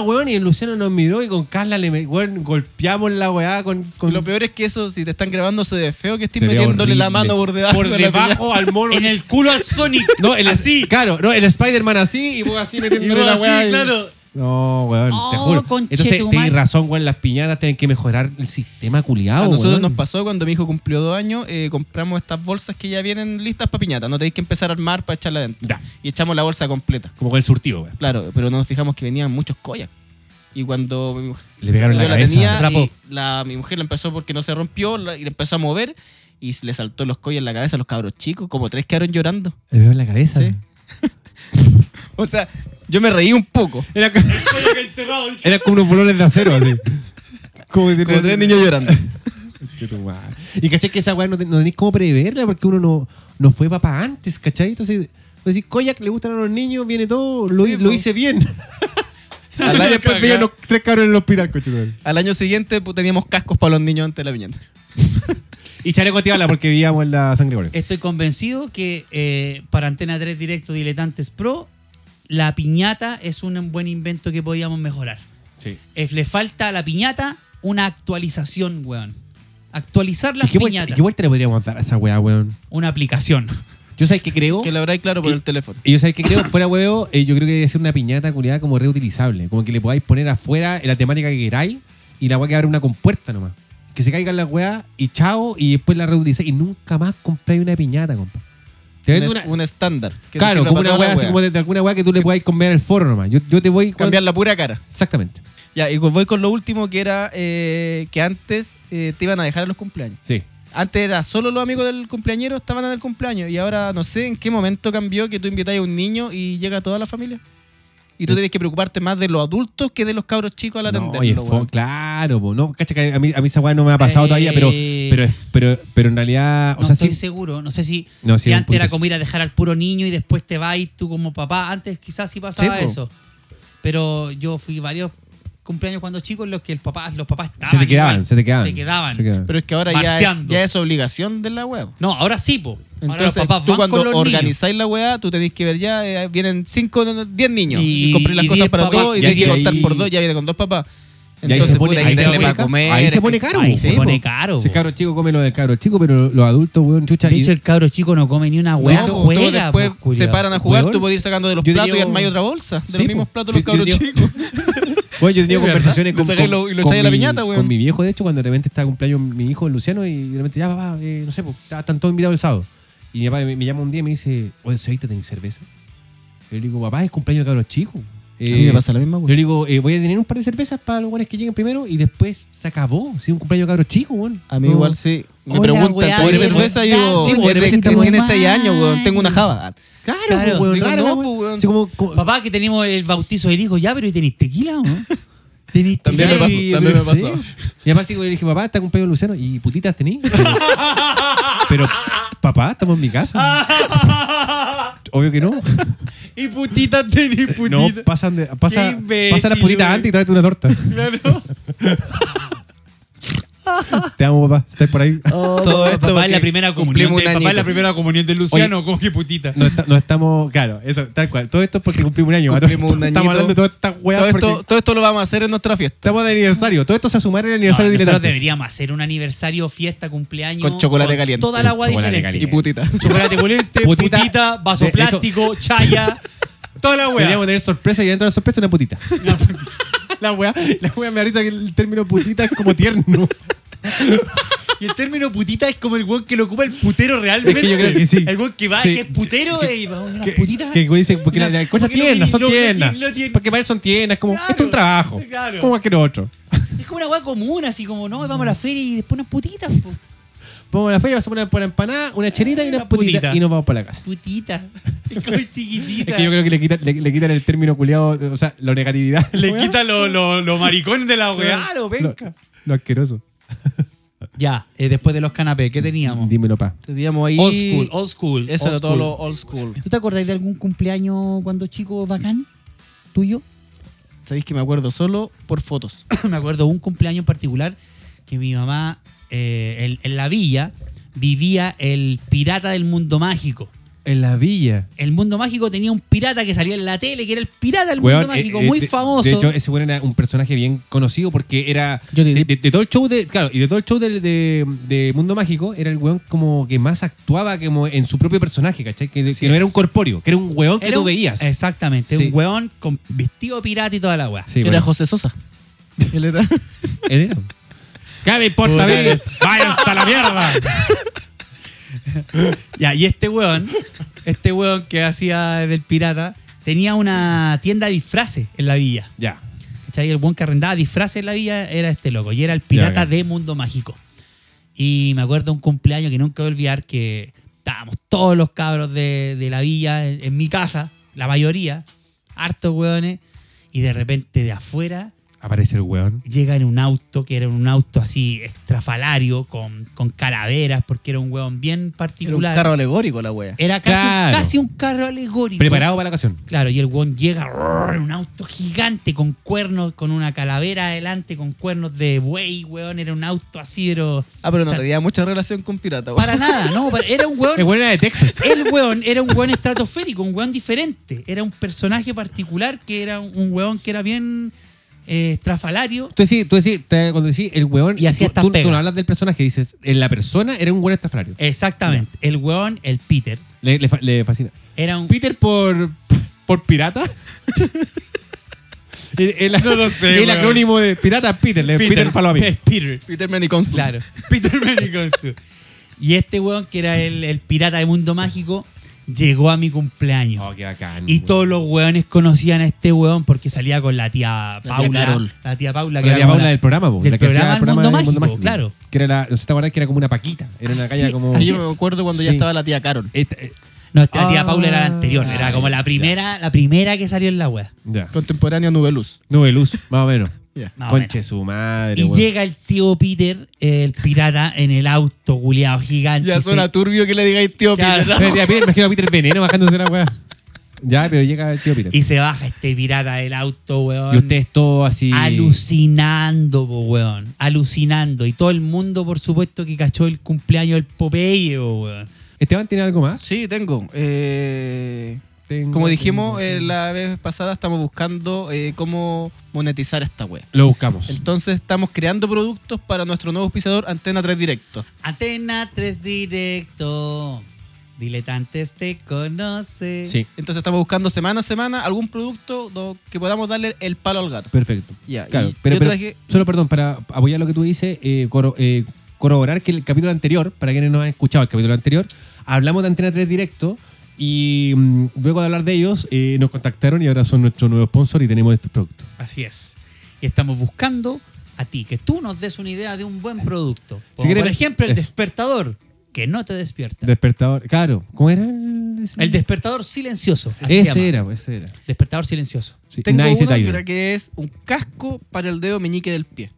weá.
weón. Y el Luciano nos miró y con Carla le me- weón, golpeamos la weá con.
Y
con
Lo peor es que eso, si te están grabando, se ve feo que estés
Se ve
metiéndole la
horrible.
mano por debajo.
por
de la piñata.
debajo al mono.
En el culo al Sonic.
No, el
Así.
Claro, no, el Spider-Man así y vos Pues así metiéndole
vos
la
así,
weá. y-
claro.
No, weón, te
Oh,
juro.
conchetumare.
Entonces, tenés razón, weón, las piñatas tienen que mejorar el sistema culiado,
A nosotros
weón.
nos pasó cuando mi hijo cumplió dos años, eh, compramos estas bolsas que ya vienen listas para piñata. No tenéis que empezar a armar para echarla adentro.
Ya.
Y echamos la bolsa completa.
Como con el surtido, weón.
Claro, pero no nos fijamos que venían muchos collas. Y cuando mi mujer-
Le pegaron la
yo
cabeza,
tenía,
atrapó.
y la- mi mujer la empezó porque no se rompió la- y la empezó a mover y le saltó los collas en la cabeza a los cabros chicos. Como tres quedaron llorando.
Le veo en la cabeza.
Sí. O sea, yo me reí un poco.
Era, ca- era como unos bolones de acero, así. Como que
Como tres niños llorando.
Chetumare. Y caché que esa weá no, te- no tenéis cómo preverla porque uno no, no fue papá antes, ¿cachai? Entonces, pues si Koyak le gustan a los niños, viene todo, lo,
Sí,
lo
po.
hice bien.
Al
y
año,
después veían los pues, tres cabros en el hospital, coche.
al año siguiente pues, teníamos cascos para los niños antes de la piñata.
Y chaleco tibala porque vivíamos en la San
Eh,
Gregorio.
Estoy convencido que eh, para Antena 3 Directo Diletantes Pro, la piñata es un buen invento que podíamos mejorar.
Sí.
Eh, le falta a la piñata una actualización, weón. Actualizar
¿Y
las
qué vuelta,
piñatas.
qué vuelta le podríamos dar a esa weá, weón?
Una aplicación.
Yo sabes que creo.
Que la verdad, claro, por
Oh. Y-
el teléfono.
Y yo sabes que creo, fuera huevo, eh, yo creo que debe ser una piñata culiada como reutilizable. Como que le podáis poner afuera en la temática que queráis y la weá que abre una compuerta nomás. Que se caigan las weas y chao y después la reutilizáis y nunca más compráis una piñata, compa. Te vendo
un,
una,
es- un estándar. que te
claro,
sirva
como
para
una
toda
weá,
la
así
wea.
como de, de alguna weá que tú le podáis comer al forro nomás. Yo, yo te voy. con-
Cambiar la pura cara.
Exactamente.
Ya, y voy con lo último que era eh, que antes eh, te iban a dejar a los cumpleaños.
Sí.
Antes era solo los amigos del cumpleañero estaban en el cumpleaños y ahora no sé en qué momento cambió que tú invitáis a un niño y llega toda la familia. Y tú tienes que preocuparte más de los adultos que de los cabros chicos al
Eh. No,
atenderlo.
oye, fo-
weón.
claro, po. no, cacha que a mí, a mí esa weá no me ha pasado todavía, pero,
Eh.
pero, es- pero, pero en realidad, o
no
sea,
estoy
sí-
seguro. No sé si,
No,
si
sí, un
antes era
punto.
como ir a dejar al puro niño y después te vas y tú como papá. Antes quizás sí pasaba
Sí, po.
eso. Pero yo fui varios cumpleaños cuando chico en los que el papá, los papás estaban.
se te quedaban,
igual.
se te quedaban.
Se quedaban.
Se quedaban.
Pero es que ahora ya es,
Marciando.
ya es obligación de la web.
No, ahora sí, po. ahora los
Entonces,
papás
tú
van
cuando
con los niños.
organizáis la weá, tú tenés que ver ya, eh, vienen 5, 10 niños.
Y-
Y, compré las
y
cosas
diez
para
papás.
todos y
Ya
tenés que
que
contar
ahí-
por dos, ya viene con dos papás.
Y ahí se
Entonces,
pone-
puta, hay
ahí
que
se
darle
pone
para
ca-
comer.
ahí
hay
se
que-
pone caro,
Ahí
po.
se
Sí,
pone
po.
caro.
Si el
po.
cabro chico come lo del cabro chico, pero los adultos, weón, chucha.
de
y-
hecho, el cabro chico no come ni una
No,
hueá.
pues, tú
juega,
después
pues, culiao.
se paran a jugar,
Weón.
tú podés ir sacando de los
Yo
platos
diría-
y armar otra bolsa. De
Sí,
los mismos
po.
platos
Sí,
los cabros
yo diría-
chicos.
Bueno, yo he tenido
Es verdad.
conversaciones con,
Lo sacáis
con-
lo- y lo
con
echáis a la
mi,
piñata, weón.
con mi viejo, de hecho, cuando de repente estaba cumpleaños mi hijo, el Luciano, y de repente, ya, papá, eh, no sé, pues, está- están todos invitados el sábado. Y mi papá me, me llama un día y me dice, oye, Cevita, ¿tenés cerveza? Yo le digo, papá, es cumpleaños de cabros chicos. Eh,
la misma,
yo le digo, eh, voy a tener un par de cervezas para los buenos que lleguen primero y después se acabó. Sí, un cumpleaños de cabros chicos, weón.
A mí
No.
igual sí. Me
Hola,
preguntan,
weá,
¿por
de
cerveza? Y
verdad,
digo,
sí,
de
po,
repente
eres
tengo-
tu
tiene 6
mamá.
años, weón. Tengo una java.
Claro,
Claro.
pues, weón,
Digo,
rara
no,
la
pues,
weón.
weón.
Sí, como, como-
Papá, que tenemos el bautizo del hijo ya, pero ¿y tenéis tequila o no? ¿Tenéis
También
tequila?
me pasó,
y-
también me
sí.
pasó.
Y además sí, le dije, papá, está cumpleaños Luciano. ¿Y putitas tení? Pero, pero, papá, estamos en mi casa. Obvio que no.
Y putita tení
No,
putita.
pasan de, pasa,
Qué imbécil,
pasa las putitas
güey.
antes y tráete una torta.
Claro.
Te amo, papá. Si estás por ahí.
Todo esto
papá,
porque
es la primera comunión.
cumplimos
De,
un
papá, es la
añito.
primera comunión de Luciano. ¿Cómo que putita?
No, está- no estamos. Claro, eso, tal cual. Todo esto es porque cumplimos un año. ¿va?
Cumplimos un
Estamos
añito.
hablando de todas estas
Todo
weas
esto,
porque
todo esto lo vamos a hacer en nuestra fiesta.
estamos de aniversario. Todo esto se sumar el
No,
aniversario de
nosotros
Diletantes.
deberíamos hacer un aniversario, fiesta, cumpleaños.
Con chocolate caliente.
Toda el agua
Chocolate
diferente.
Y
caliente.
putita.
Chocolate caliente,
Putita.
putita, vaso
De hecho-
plástico, chaya. Toda la weá.
Deberíamos tener sorpresa y dentro de la sorpresa una putita. la wea, la wea me da risa que el término putita es como tierno.
Y el término putita es como el weón que lo ocupa el putero realmente.
Es que yo creo que sí.
El weón que va,
Sí.
que es putero y vamos a unas
Que-
putitas.
Que güey dice, porque las cosas
porque lo
tiernas, son
tienen, lo
tiernas.
tienen, lo tienen.
Porque para él son tiernas, como,
Claro,
esto es un trabajo.
claro.
Como cualquier otro.
Es como una weá común, así como, no, vamos a la feria y después unas putitas. po.
Vamos a la feria, pasamos una, por empanada, una chelita y una
Una
putita,
putita.
y nos vamos para la casa.
Putitas. Es como chiquitita.
Es que yo creo que le quitan, le, le quitan el término culiado, o sea, la negatividad.
Le quita los lo, lo maricones de la weá.
Claro,
lo,
venga.
lo asqueroso.
Ya, eh, después de los canapés, ¿qué teníamos?
Dímelo, pa.
Teníamos ahí.
Old school, old school.
Eso
old
era todo
school.
lo old school.
¿Tú te acordás de algún cumpleaños cuando chico bacán? ¿Tuyo?
Sabéis que me acuerdo solo por fotos.
me acuerdo un cumpleaños en particular que mi mamá eh, en, en la villa vivía el pirata del mundo mágico.
En la villa.
El mundo mágico tenía un pirata que salía en la tele, que era el pirata del mundo mágico, muy famoso.
eh, De hecho, ese weón era un personaje bien conocido porque era.
Johnny
de,
Depp.
de- de todo el show de. Claro, y de todo el show del- de, de Mundo Mágico, era el weón como que más actuaba como en su propio personaje, ¿cachai? Que, que no era un corpóreo, que era un weón que
Era
tú
un-
veías.
Exactamente,
Sí.
un weón con vestido pirata y toda la weá.
Sí,
era
bueno.
José Sosa. Él era.
Él era. ¿Qué me importa a mí? ¡Váyanse a la mierda!
Ya, y este weón, este weón que hacía del pirata, tenía una tienda de disfraces en la villa.
Ya.
¿Cachai? El buen que arrendaba disfraces en la villa era este loco. Y era el pirata
bacán.
de Mundo Mágico. Y me acuerdo un cumpleaños que nunca voy a olvidar que estábamos todos los cabros de, de la villa en, en mi casa, la mayoría, hartos hueones. Y de repente de afuera
Aparece el weón.
llega en un auto, que era un auto así extrafalario, con, con calaveras, porque era un hueón bien
Era un
particular. Eh,
carro alegórico la wea.
Era casi,
Claro.
casi un carro alegórico.
Preparado para la ocasión.
Claro, y el weón llega rrr, en un auto gigante con cuernos, con una calavera adelante, con cuernos de buey, weón. Era un auto así, pero.
Ah, pero no
Cha-
tenía mucha relación con pirata, weón.
Para nada, no, pero era un
El
weón.
weón era de Texas.
El weón era un weón estratosférico, un weón diferente. Era un personaje particular que era un un weón que era bien eh, estrafalario.
Tú decís, tú decís, te- cuando decís el weón.
Y hacía
tú-
estas
tú, tú
pegas.
no hablas del personaje, dices, en la persona era un weón estrafalario.
Exactamente. El weón, el Peter,
Le- le fa- le fascina.
era un.
Peter por por pirata. El, el-
No lo sé,
El
weón.
acrónimo de pirata Peter, le- Peter, Oh, para los amigos.
Pe- Peter.
Peter Maniconsul.
Claro. Peter Menigosu. Y este weón, que era el, el pirata de Mundo Mágico, llegó a mi cumpleaños.
Oh, qué bacán.
Y
weón.
todos los weones conocían a este weón porque salía con la tía
tía
Paula. La tía,
Carol.
Paula.
La
que
tía
era como
Paula
la-
del programa, po,
del
la que hacía
programa
el
del Mundo
del
Mágico, claro.
Que era la, no sé si te acuerdas que era como una paquita. Era una
Así-
calle como.
así
Ah, Yo me acuerdo cuando ya
Sí.
estaba la tía Carol.
Esta- eh,
No, esta- la tía
Ah,
Paula era la anterior. Era como la primera, la primera que salió en la wea.
ya.
Contemporáneo Nubeluz.
Nube de luz, más o menos.
Ya.
Más o
Conche su madre.
Y
weón.
llega el tío Peter, el pirata, en el auto, culiado gigante.
Ya
y
suena
se-
turbio que le digáis tío
Ya,
Peter.
Pero tía Peter, imagino a Peter Veneno bajándose la weá. Ya, pero llega el tío Peter.
y se baja este pirata del auto, weón.
Y ustedes todos así.
Alucinando, po, weón. Alucinando. Y todo el mundo, por supuesto, que cachó el cumpleaños del Popeye, po, weón.
Esteban tiene algo más.
Sí, tengo. Eh,
Tengo,
Como dijimos
tengo,
eh,
tengo.
la vez pasada, estamos buscando eh, cómo monetizar esta web.
Lo buscamos.
Entonces estamos creando productos para nuestro nuevo auspiciador Antena 3 Directo.
Antena 3 directo. Diletantes te conoce.
Sí,
Entonces estamos buscando semana a semana algún producto do- que podamos darle el palo al gato.
perfecto.
Ya,
Claro,
y
pero,
yo
pero
traje-
solo perdón, para apoyar lo que tú dices, eh, coro- eh, corroborar que el capítulo anterior, para quienes no han escuchado el capítulo anterior, hablamos de Antena 3 Directo y mm, luego de hablar de ellos eh, nos contactaron y ahora son nuestro nuevo sponsor y tenemos estos productos.
Así es. Y estamos buscando a ti, que tú nos des una idea de un buen producto. Como
quieres-
por ejemplo, el
eso.
despertador, que no te despierta.
Despertador, claro, ¿cómo era? El,
el despertador silencioso. así se llama.
Ese era, pues, ese era.
Despertador silencioso.
Sí,
Tengo
Nice
uno que,
Tiger.
creo que es un casco para el dedo meñique del pie.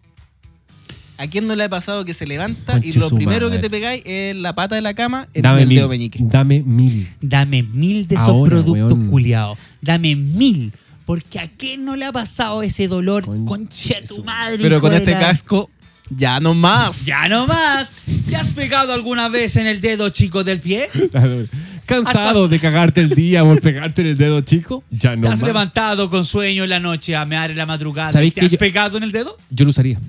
¿A quién no le ha pasado que se levanta y
Conche
lo
su
primero que
madre.
te pegáis es la pata de la cama en
Dame
el
mil,
dedo meñique?
dame mil.
Dame mil de esos
Ahora,
productos
weón.
culiados. Dame mil. Porque a qué no le ha pasado ese dolor,
Conche
conche
su-
tu madre.
Pero
hijo
con
de
este
la-
casco, ya no más.
Ya no más. ¿Te has pegado alguna vez en el dedo chico del pie?
Cansado de cagarte el día por pegarte en el dedo chico, ya
¿Te
no
has
más.
levantado con sueño en la noche a mear en la madrugada? y
¿Sabéis
¿Te
que
has
yo-
pegado en el dedo?
Yo lo usaría.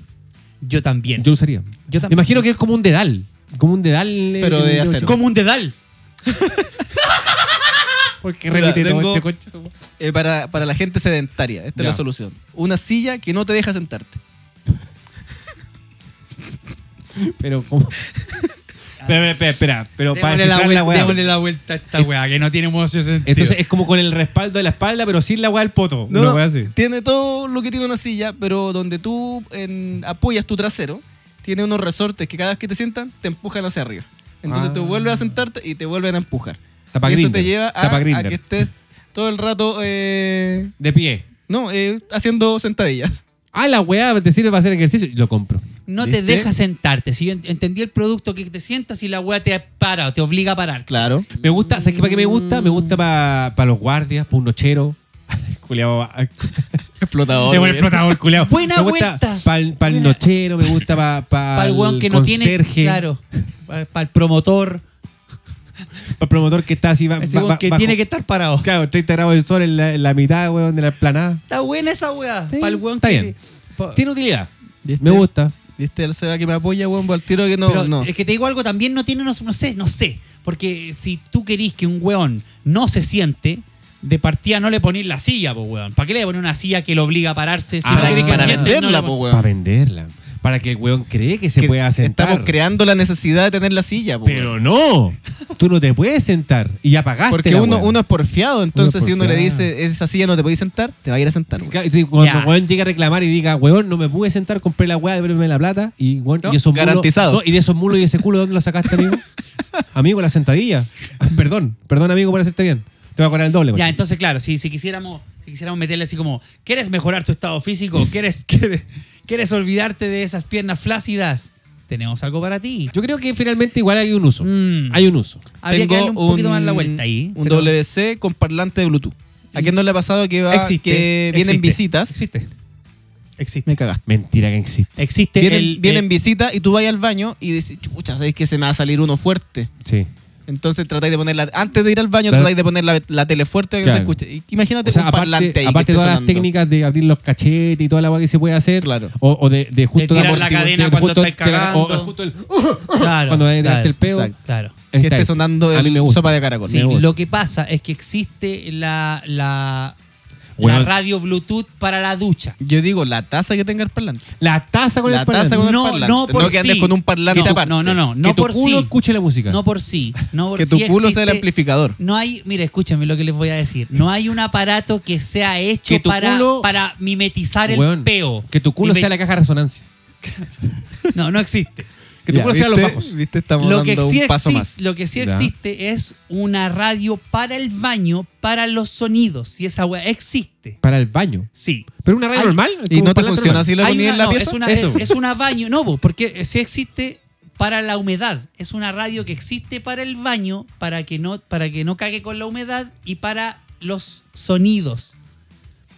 Yo también.
Yo lo usaría.
Yo
Me
también.
imagino que es como un dedal. Como un dedal. eh,
Pero de
dedo
acero.
chico.
Como un dedal.
Porque repite
Mira,
todo
tengo-
este coche.
Eh, para, para la gente sedentaria, esta
Ya.
es la solución. Una silla que no te deja sentarte.
Pero como. espera, espera, espera. Pero para
Démosle la,
descifrar la
vuelta,
weá.
démosle la vuelta a esta weá, que no tiene mucho sentido.
Entonces es como con el respaldo de la espalda, pero sin la weá del poto. No, weá así.
tiene todo lo que tiene una silla, pero donde tú en- apoyas tu trasero, tiene unos resortes que cada vez que te sientan, te empujan hacia arriba. Entonces
Ah.
te vuelves a sentarte y te vuelven a empujar.
Tapa
y eso
Grindr,
te lleva a,
tapa Grindr.
a que estés todo el rato, eh,
De pie.
no, eh, haciendo sentadillas.
Ah, la weá te sirve para hacer ejercicio. Lo compro.
no te
¿Viste?
deja sentarte. Si yo ent- entendí el producto que te sientas y la weá te para o te obliga a parar.
Claro.
Me gusta, ¿sabes qué para qué me gusta? Me gusta para los guardias, para un nochero. ah, Culeado.
Explotador.
Es un
bien.
explotador, culeado.
Buena
me gusta
vuelta.
Para el
Buena-
nochero, me gusta para
Para el weón que no tiene. Claro. Para el promotor.
Para el promotor que está así. va-
ese
va-
weón
va-
que
bajo-
tiene que estar parado.
Claro, 30 grados de sol en la, en la mitad, weón, de la planada.
Está buena esa weá.
Sí,
para el weón
está
que
bien.
pa-
Tiene utilidad.
¿Viste?
Me gusta.
¿Viste? Él se va que me apoya, weón, Pues al tiro que no.
Pero
no.
es que te digo algo, también no tiene, no, no sé, no sé. Porque si tú querís que un weón no se siente, de partida no le ponís la silla, pues weón. ¿Para qué le pones una silla que lo obliga a pararse? Si
Ah,
no
para
querés que
para
se siente, no le
venderla,
pon-
po,
Para
pues, weón.
venderla. Para que el weón cree que se
Que
pueda sentar.
Estamos creando la necesidad de tener la silla, po, weón.
Pero no. Tú no te puedes sentar. Y ya pagaste.
Porque
la
uno,
weá.
uno es porfiado, entonces si uno le
porfiado.
dice, esa silla no te podéis sentar, te va a ir a sentar. güey.
Claro, entonces, Cuando
Ya.
el weón llega a reclamar y diga, weón, no me pude sentar, compré la weá, devuélveme la plata. Y, weón,
No,
y esos mulos-
garantizado.
no, y de esos mulos y ese culo, ¿dónde lo sacaste, amigo? amigo, la sentadilla. perdón, perdón, amigo, por hacerte bien. Te voy a cobrar el doble.
Ya,
macho.
entonces, claro, si, si quisiéramos si quisiéramos meterle así como, ¿quieres mejorar tu estado físico? ¿Quieres, quieres, quieres olvidarte de esas piernas flácidas? Tenemos algo para ti.
Yo creo que finalmente igual hay un uso.
Mm.
Hay un uso.
Habría
Tengo
que darle un poquito más la vuelta ahí.
Un
pero
WC con parlante de Bluetooth. ¿A quién no le ha pasado que, va,
existe,
que vienen
existe,
visitas?
Existe. Existe.
Me cagaste.
Mentira que existe.
Existe
Vienen,
el- eh,
vienen
el-
visitas y tú vas al baño y dices, chucha, ¿sabes que se me va a salir uno fuerte?
Sí.
Entonces tratáis de ponerla, antes de ir al baño,
Claro.
tratáis de poner la, la tele fuerte que
Claro.
se escuche. Y- Imagínate
O sea,
un parlante
aparte,
ahí.
aparte
que esté
todas las
sonando.
técnicas de abrir los cachetes y toda la agua que se puede hacer.
Claro.
O, o de, de justo
tirar
amortigu-
la cadena cuando
justo
estáis
te la- o-
cagando.
o justo el-
Claro,
cuando te
claro,
el peo.
exacto.
Claro.
Que
Está
esté
ahí.
sonando
A mí me
el
gusta.
sopa de caracol.
Sí,
Me gusta.
lo que pasa es que existe la, la,
Bueno.
la radio Bluetooth para la ducha.
Yo digo, la taza que tenga el parlante.
La taza con
La
el
taza
parlante.
con el
No,
parlante.
no por
No que andes
sí.
con un parlante
No,
aparte.
no, no, no,
que
no
tu
por
culo
sí.
escuche la música.
No por sí. No por
Que tu
sí
culo sea el
existe-
amplificador.
No hay, mira, escúchame lo que les voy a decir. No hay un aparato que sea hecho
Que tu
para,
culo-
para mimetizar el
Weón,
peo.
Que tu culo
Mime-
sea la caja de resonancia.
No, no existe.
Que tu
Ya,
culo sea los
¿viste?
bajos.
¿Viste? Estamos
Lo que,
dando
sí
un paso
exi-
más.
lo que sí
Ya.
existe es una radio para el baño, para los sonidos. Y esa weá existe.
Para el baño.
Sí.
Pero una radio
Ay,
normal.
¿Y
como
no te
parlante
funciona
normal.
así la
Hay
ponía
una-
en la
no,
pieza?
Es una,
Eso.
es una baño, no, po, porque sí existe para la humedad. Es una radio que existe para el baño, para que no, para que no cague con la humedad y para los sonidos.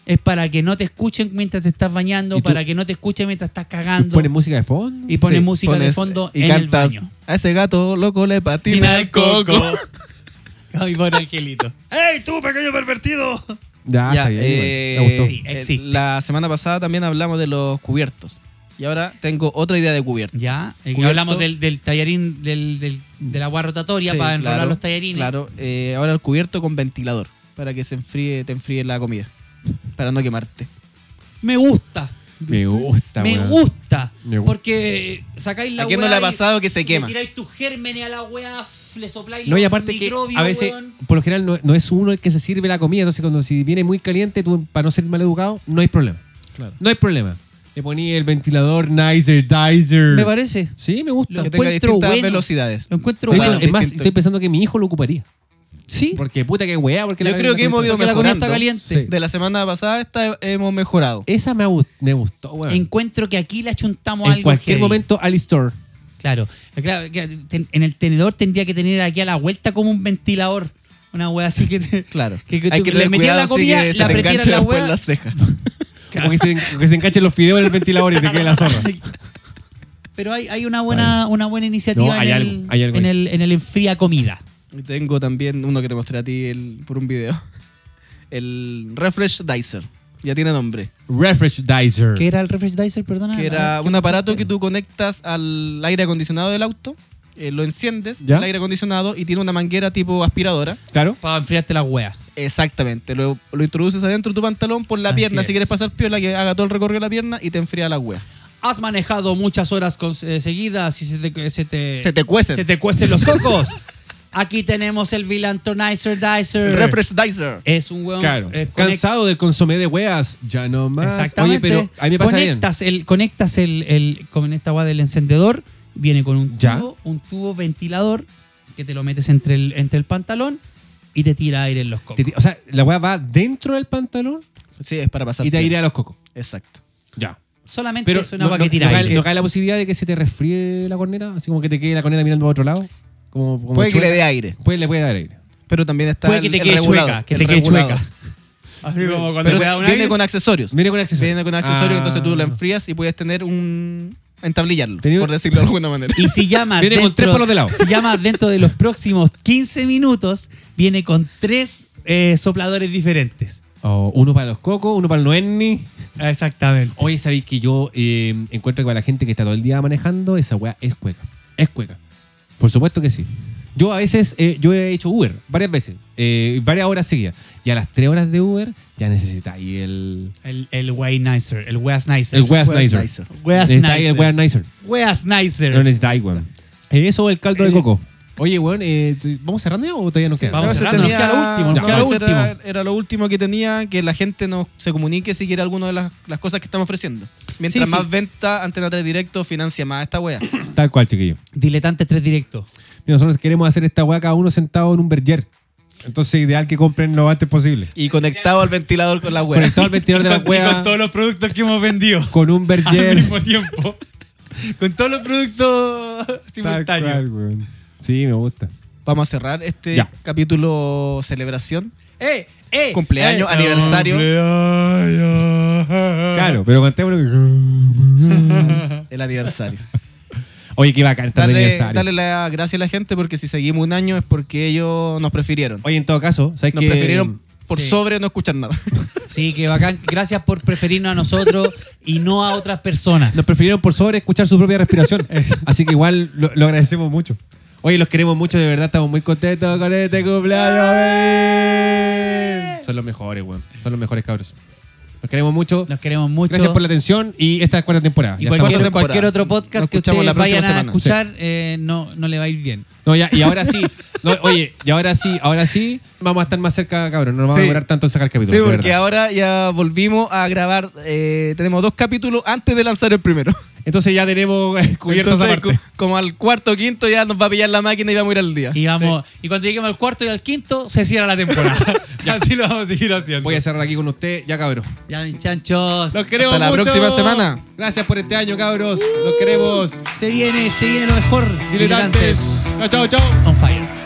Es para que no te escuchen mientras te estás bañando,
¿Y tú?
para que no te escuchen mientras estás
Y
cagando.
Pones música de fondo.
Y pones
Sí,
música de
pones-
fondo
y
en el
cantas,
baño.
A ese gato loco le patina el coco.
Ay, pobre angelito. ¡Ey, tú, pequeño pervertido! Ah,
Ya,
Ya,
está bien.
eh,
güey. Me gustó.
sí.
eh,
existe.
La semana pasada también hablamos de los cubiertos. Y ahora tengo otra idea de cubierto.
Ya, eh,
Cubierto.
hablamos del, del tallarín, del, del- de la agua rotatoria
Sí,
para enrolar
claro,
los tallarines.
Claro, eh, ahora el cubierto con ventilador para que se enfríe, te enfríe la comida. Para no quemarte.
Me gusta.
Me gusta,
me
weón.
gusta.
Me gusta.
Porque sacáis la
¿A quién no
weá
le ha
y-
pasado que se
le
quema?
Tiráis tu germen a la weá, le sopláis
No, y
los
aparte que
microbios,
a veces,
weón.
por lo general, no, no es uno el que se sirve la comida. Entonces, cuando si viene muy caliente, tú, para no ser mal educado, no hay problema.
Claro.
No hay problema. Le poní el ventilador Nicer Dicer.
Me parece.
Sí, me gusta.
que
De
tenga
encuentro
distintas
bueno.
velocidades.
Lo encuentro
hecho,
bueno,
es más,
distinto.
estoy pensando que mi hijo lo ocuparía.
Sí,
Porque puta que weá, porque
Yo
la
creo que hemos ido
porque la comida
mejorando.
está caliente.
Sí.
De la semana pasada esta hemos mejorado.
Esa me, gust- me gustó, weón. En,
Encuentro que aquí le achuntamos algo.
cualquier
heavy.
momento, Alistor.
Claro. claro que ten- en el tenedor tendría que tener aquí a la vuelta como un ventilador. Una weá así que te-
Claro.
Que, que
Hay
tú-
que
le
tener
metían
cuidado
la
así
comida,
que se
la
te
apretían
enganche
la
después
weá.
en las cejas.
Como que se, que se enganchen los fideos en el ventilador y te quede la zorra.
Pero hay, hay una buena, una buena iniciativa
No, hay
en, el,
algo, hay algo
en
ahí.
el en el enfría comida.
Y Tengo también uno que te mostré a ti el- por un video. El Refresh Dicer. Ya tiene nombre.
Ah,
Refresh Dicer.
¿Qué era el refresh dicer? Perdona.
Que era un aparato que tú conectas al aire acondicionado del auto, eh, lo enciendes,
¿Ya?
el aire acondicionado, y tiene una manguera tipo aspiradora.
Claro.
Para enfriarte la wea.
Exactamente. Lo, lo introduces adentro de tu pantalón por la
Así
pierna.
es.
Si quieres pasar piola, que haga todo el recorrido de la pierna y te enfría la wea.
Has manejado muchas horas con- eh, seguidas y se te, se te,
Se te cuecen.
se te cuecen los cocos. Aquí tenemos el Vilantonizer Dicer.
El Refresh Dicer.
Es un weón.
Claro.
eh, conect-
Cansado del consomé de weas. Ya no más.
Exactamente.
Oye, pero a mí me pasa bien.
conectas El, conectas el, el- con esta agua del encendedor, viene con un
Ya.
tubo, un tubo ventilador que te lo metes entre el, entre el pantalón y te tira aire en los cocos.
Te ti- O sea, la wea va dentro del pantalón
Sí, es para pasar
y te
piola.
airea los cocos.
Exacto.
Ya.
Solamente
Pero
es
no,
una agua
no-
que
no
tira
cae,
aire.
no cae la posibilidad de que se te resfríe la corneta, así como que te quede la corneta mirando a otro lado. Como, como
Puede que
chueca.
le dé aire,
Puede, le puede dar aire.
pero también está
Puede que
el-
te
el
quede
regulador,
chueca, que
el
te quede
regulador.
chueca. Así como cuando
Pero
te da un
viene
aire.
con accesorios.
Viene con accesorio.
Viene con accesorios,
Ah.
entonces tú lo enfrías y puedes tener un. entablillarlo,
Tenía-
por decirlo de alguna manera.
Y si llamas,
Viene con
dentro,
tres palos de helado.
si llamas dentro de los próximos 15 minutos, viene con tres eh, sopladores diferentes.
Oh, uno para los cocos, uno para el noenni.
Exactamente.
Oye, sabéis que yo eh, encuentro que para la gente que está todo el día manejando, esa weá es cueca. Es cueca. Por supuesto que sí. Yo a veces, eh, yo he hecho Uber varias veces, eh, varias horas seguidas. Y a las tres horas de Uber ya necesitáis el.
El, el way nicer, el weas nicer.
El weas
Weas
nicer.
nicer.
Weas
Necesitáis el
nicer.
weas nicer.
Weas
Lo
nicer.
necesitáis, weón. Eso o el caldo de coco. Eh, Oye, weón, eh, ¿tú- ¿vamos cerrando ya o todavía nos queda?
vamos
No,
a
eso
cerrando, nos queda lo último, nos
no,
queda lo
eso era-
último.
Era, lo último que tenía, que la gente nos se comunique si quiere alguna de las, las cosas que estamos ofreciendo. Mientras
Sí,
más
sí.
venta, Antena 3 Directo financia más esta wea.
Tal cual, chiquillo.
Diletante 3 directo.
Mira, Nosotros queremos hacer esta weá cada uno sentado en un berger. Entonces, ideal que compren lo antes posible.
Y conectado al ventilador con la wea.
Conectado al ventilador de la
con
wea,
todos los productos que hemos vendido
con un
al
berger.
mismo tiempo. Con todos los productos
Tal
simultáneos.
cual, weón. Sí, me gusta.
Vamos a cerrar este
Ya.
capítulo celebración.
¡Eh! ¡Eh!
Cumpleaños,
eh.
aniversario.
Claro, pero cantémoslo.
El aniversario.
Oye, qué bacán estar de
Dale,
aniversario.
dale la gracia a la gente porque si seguimos un año es porque ellos nos prefirieron.
Oye, en todo caso, ¿sabes
Nos
qué?
prefirieron por
Sí.
sobre no escuchar nada.
Sí, que bacán. Gracias por preferirnos a nosotros y no a otras personas.
Nos prefirieron por sobre escuchar su propia respiración.
Eh.
Así que igual lo, lo agradecemos mucho. Oye, los queremos mucho, de verdad estamos muy contentos con este cumpleaños. weón. Son los mejores, weón. Son los mejores cabros. Los queremos mucho.
Nos queremos mucho.
Gracias por la atención y esta es cuarta temporada.
y
Ya
cualquier,
estamos-
temporada.
cualquier otro podcast
Nos
que
escuchamos
ustedes
la próxima
vayan a
semana.
escuchar eh, no, no le va a ir bien.
No, ya, y ahora sí. No, oye, y ahora sí, ahora sí vamos a estar más cerca, cabrón. No nos vamos
Sí.
a demorar tanto en sacar
Sí,
capítulos. de
porque
verdad.
ahora ya volvimos a grabar. eh, tenemos dos capítulos antes de lanzar el primero.
Entonces ya tenemos eh, cubierto esa
Entonces,
parte.
co- como al cuarto o quinto ya nos va a pillar la máquina y vamos a ir al día.
Y vamos y cuando lleguemos al cuarto y al quinto, se cierra la temporada. Así lo vamos a seguir haciendo.
Voy a cerrar aquí con usted, ya cabros.
Ya, mis chanchos.
Los queremos
Hasta la
mucho.
próxima semana.
Gracias por este año, cabros. Los queremos.
Se viene, se viene lo mejor.
Diletantes. Chao, chao, chao.
On fire.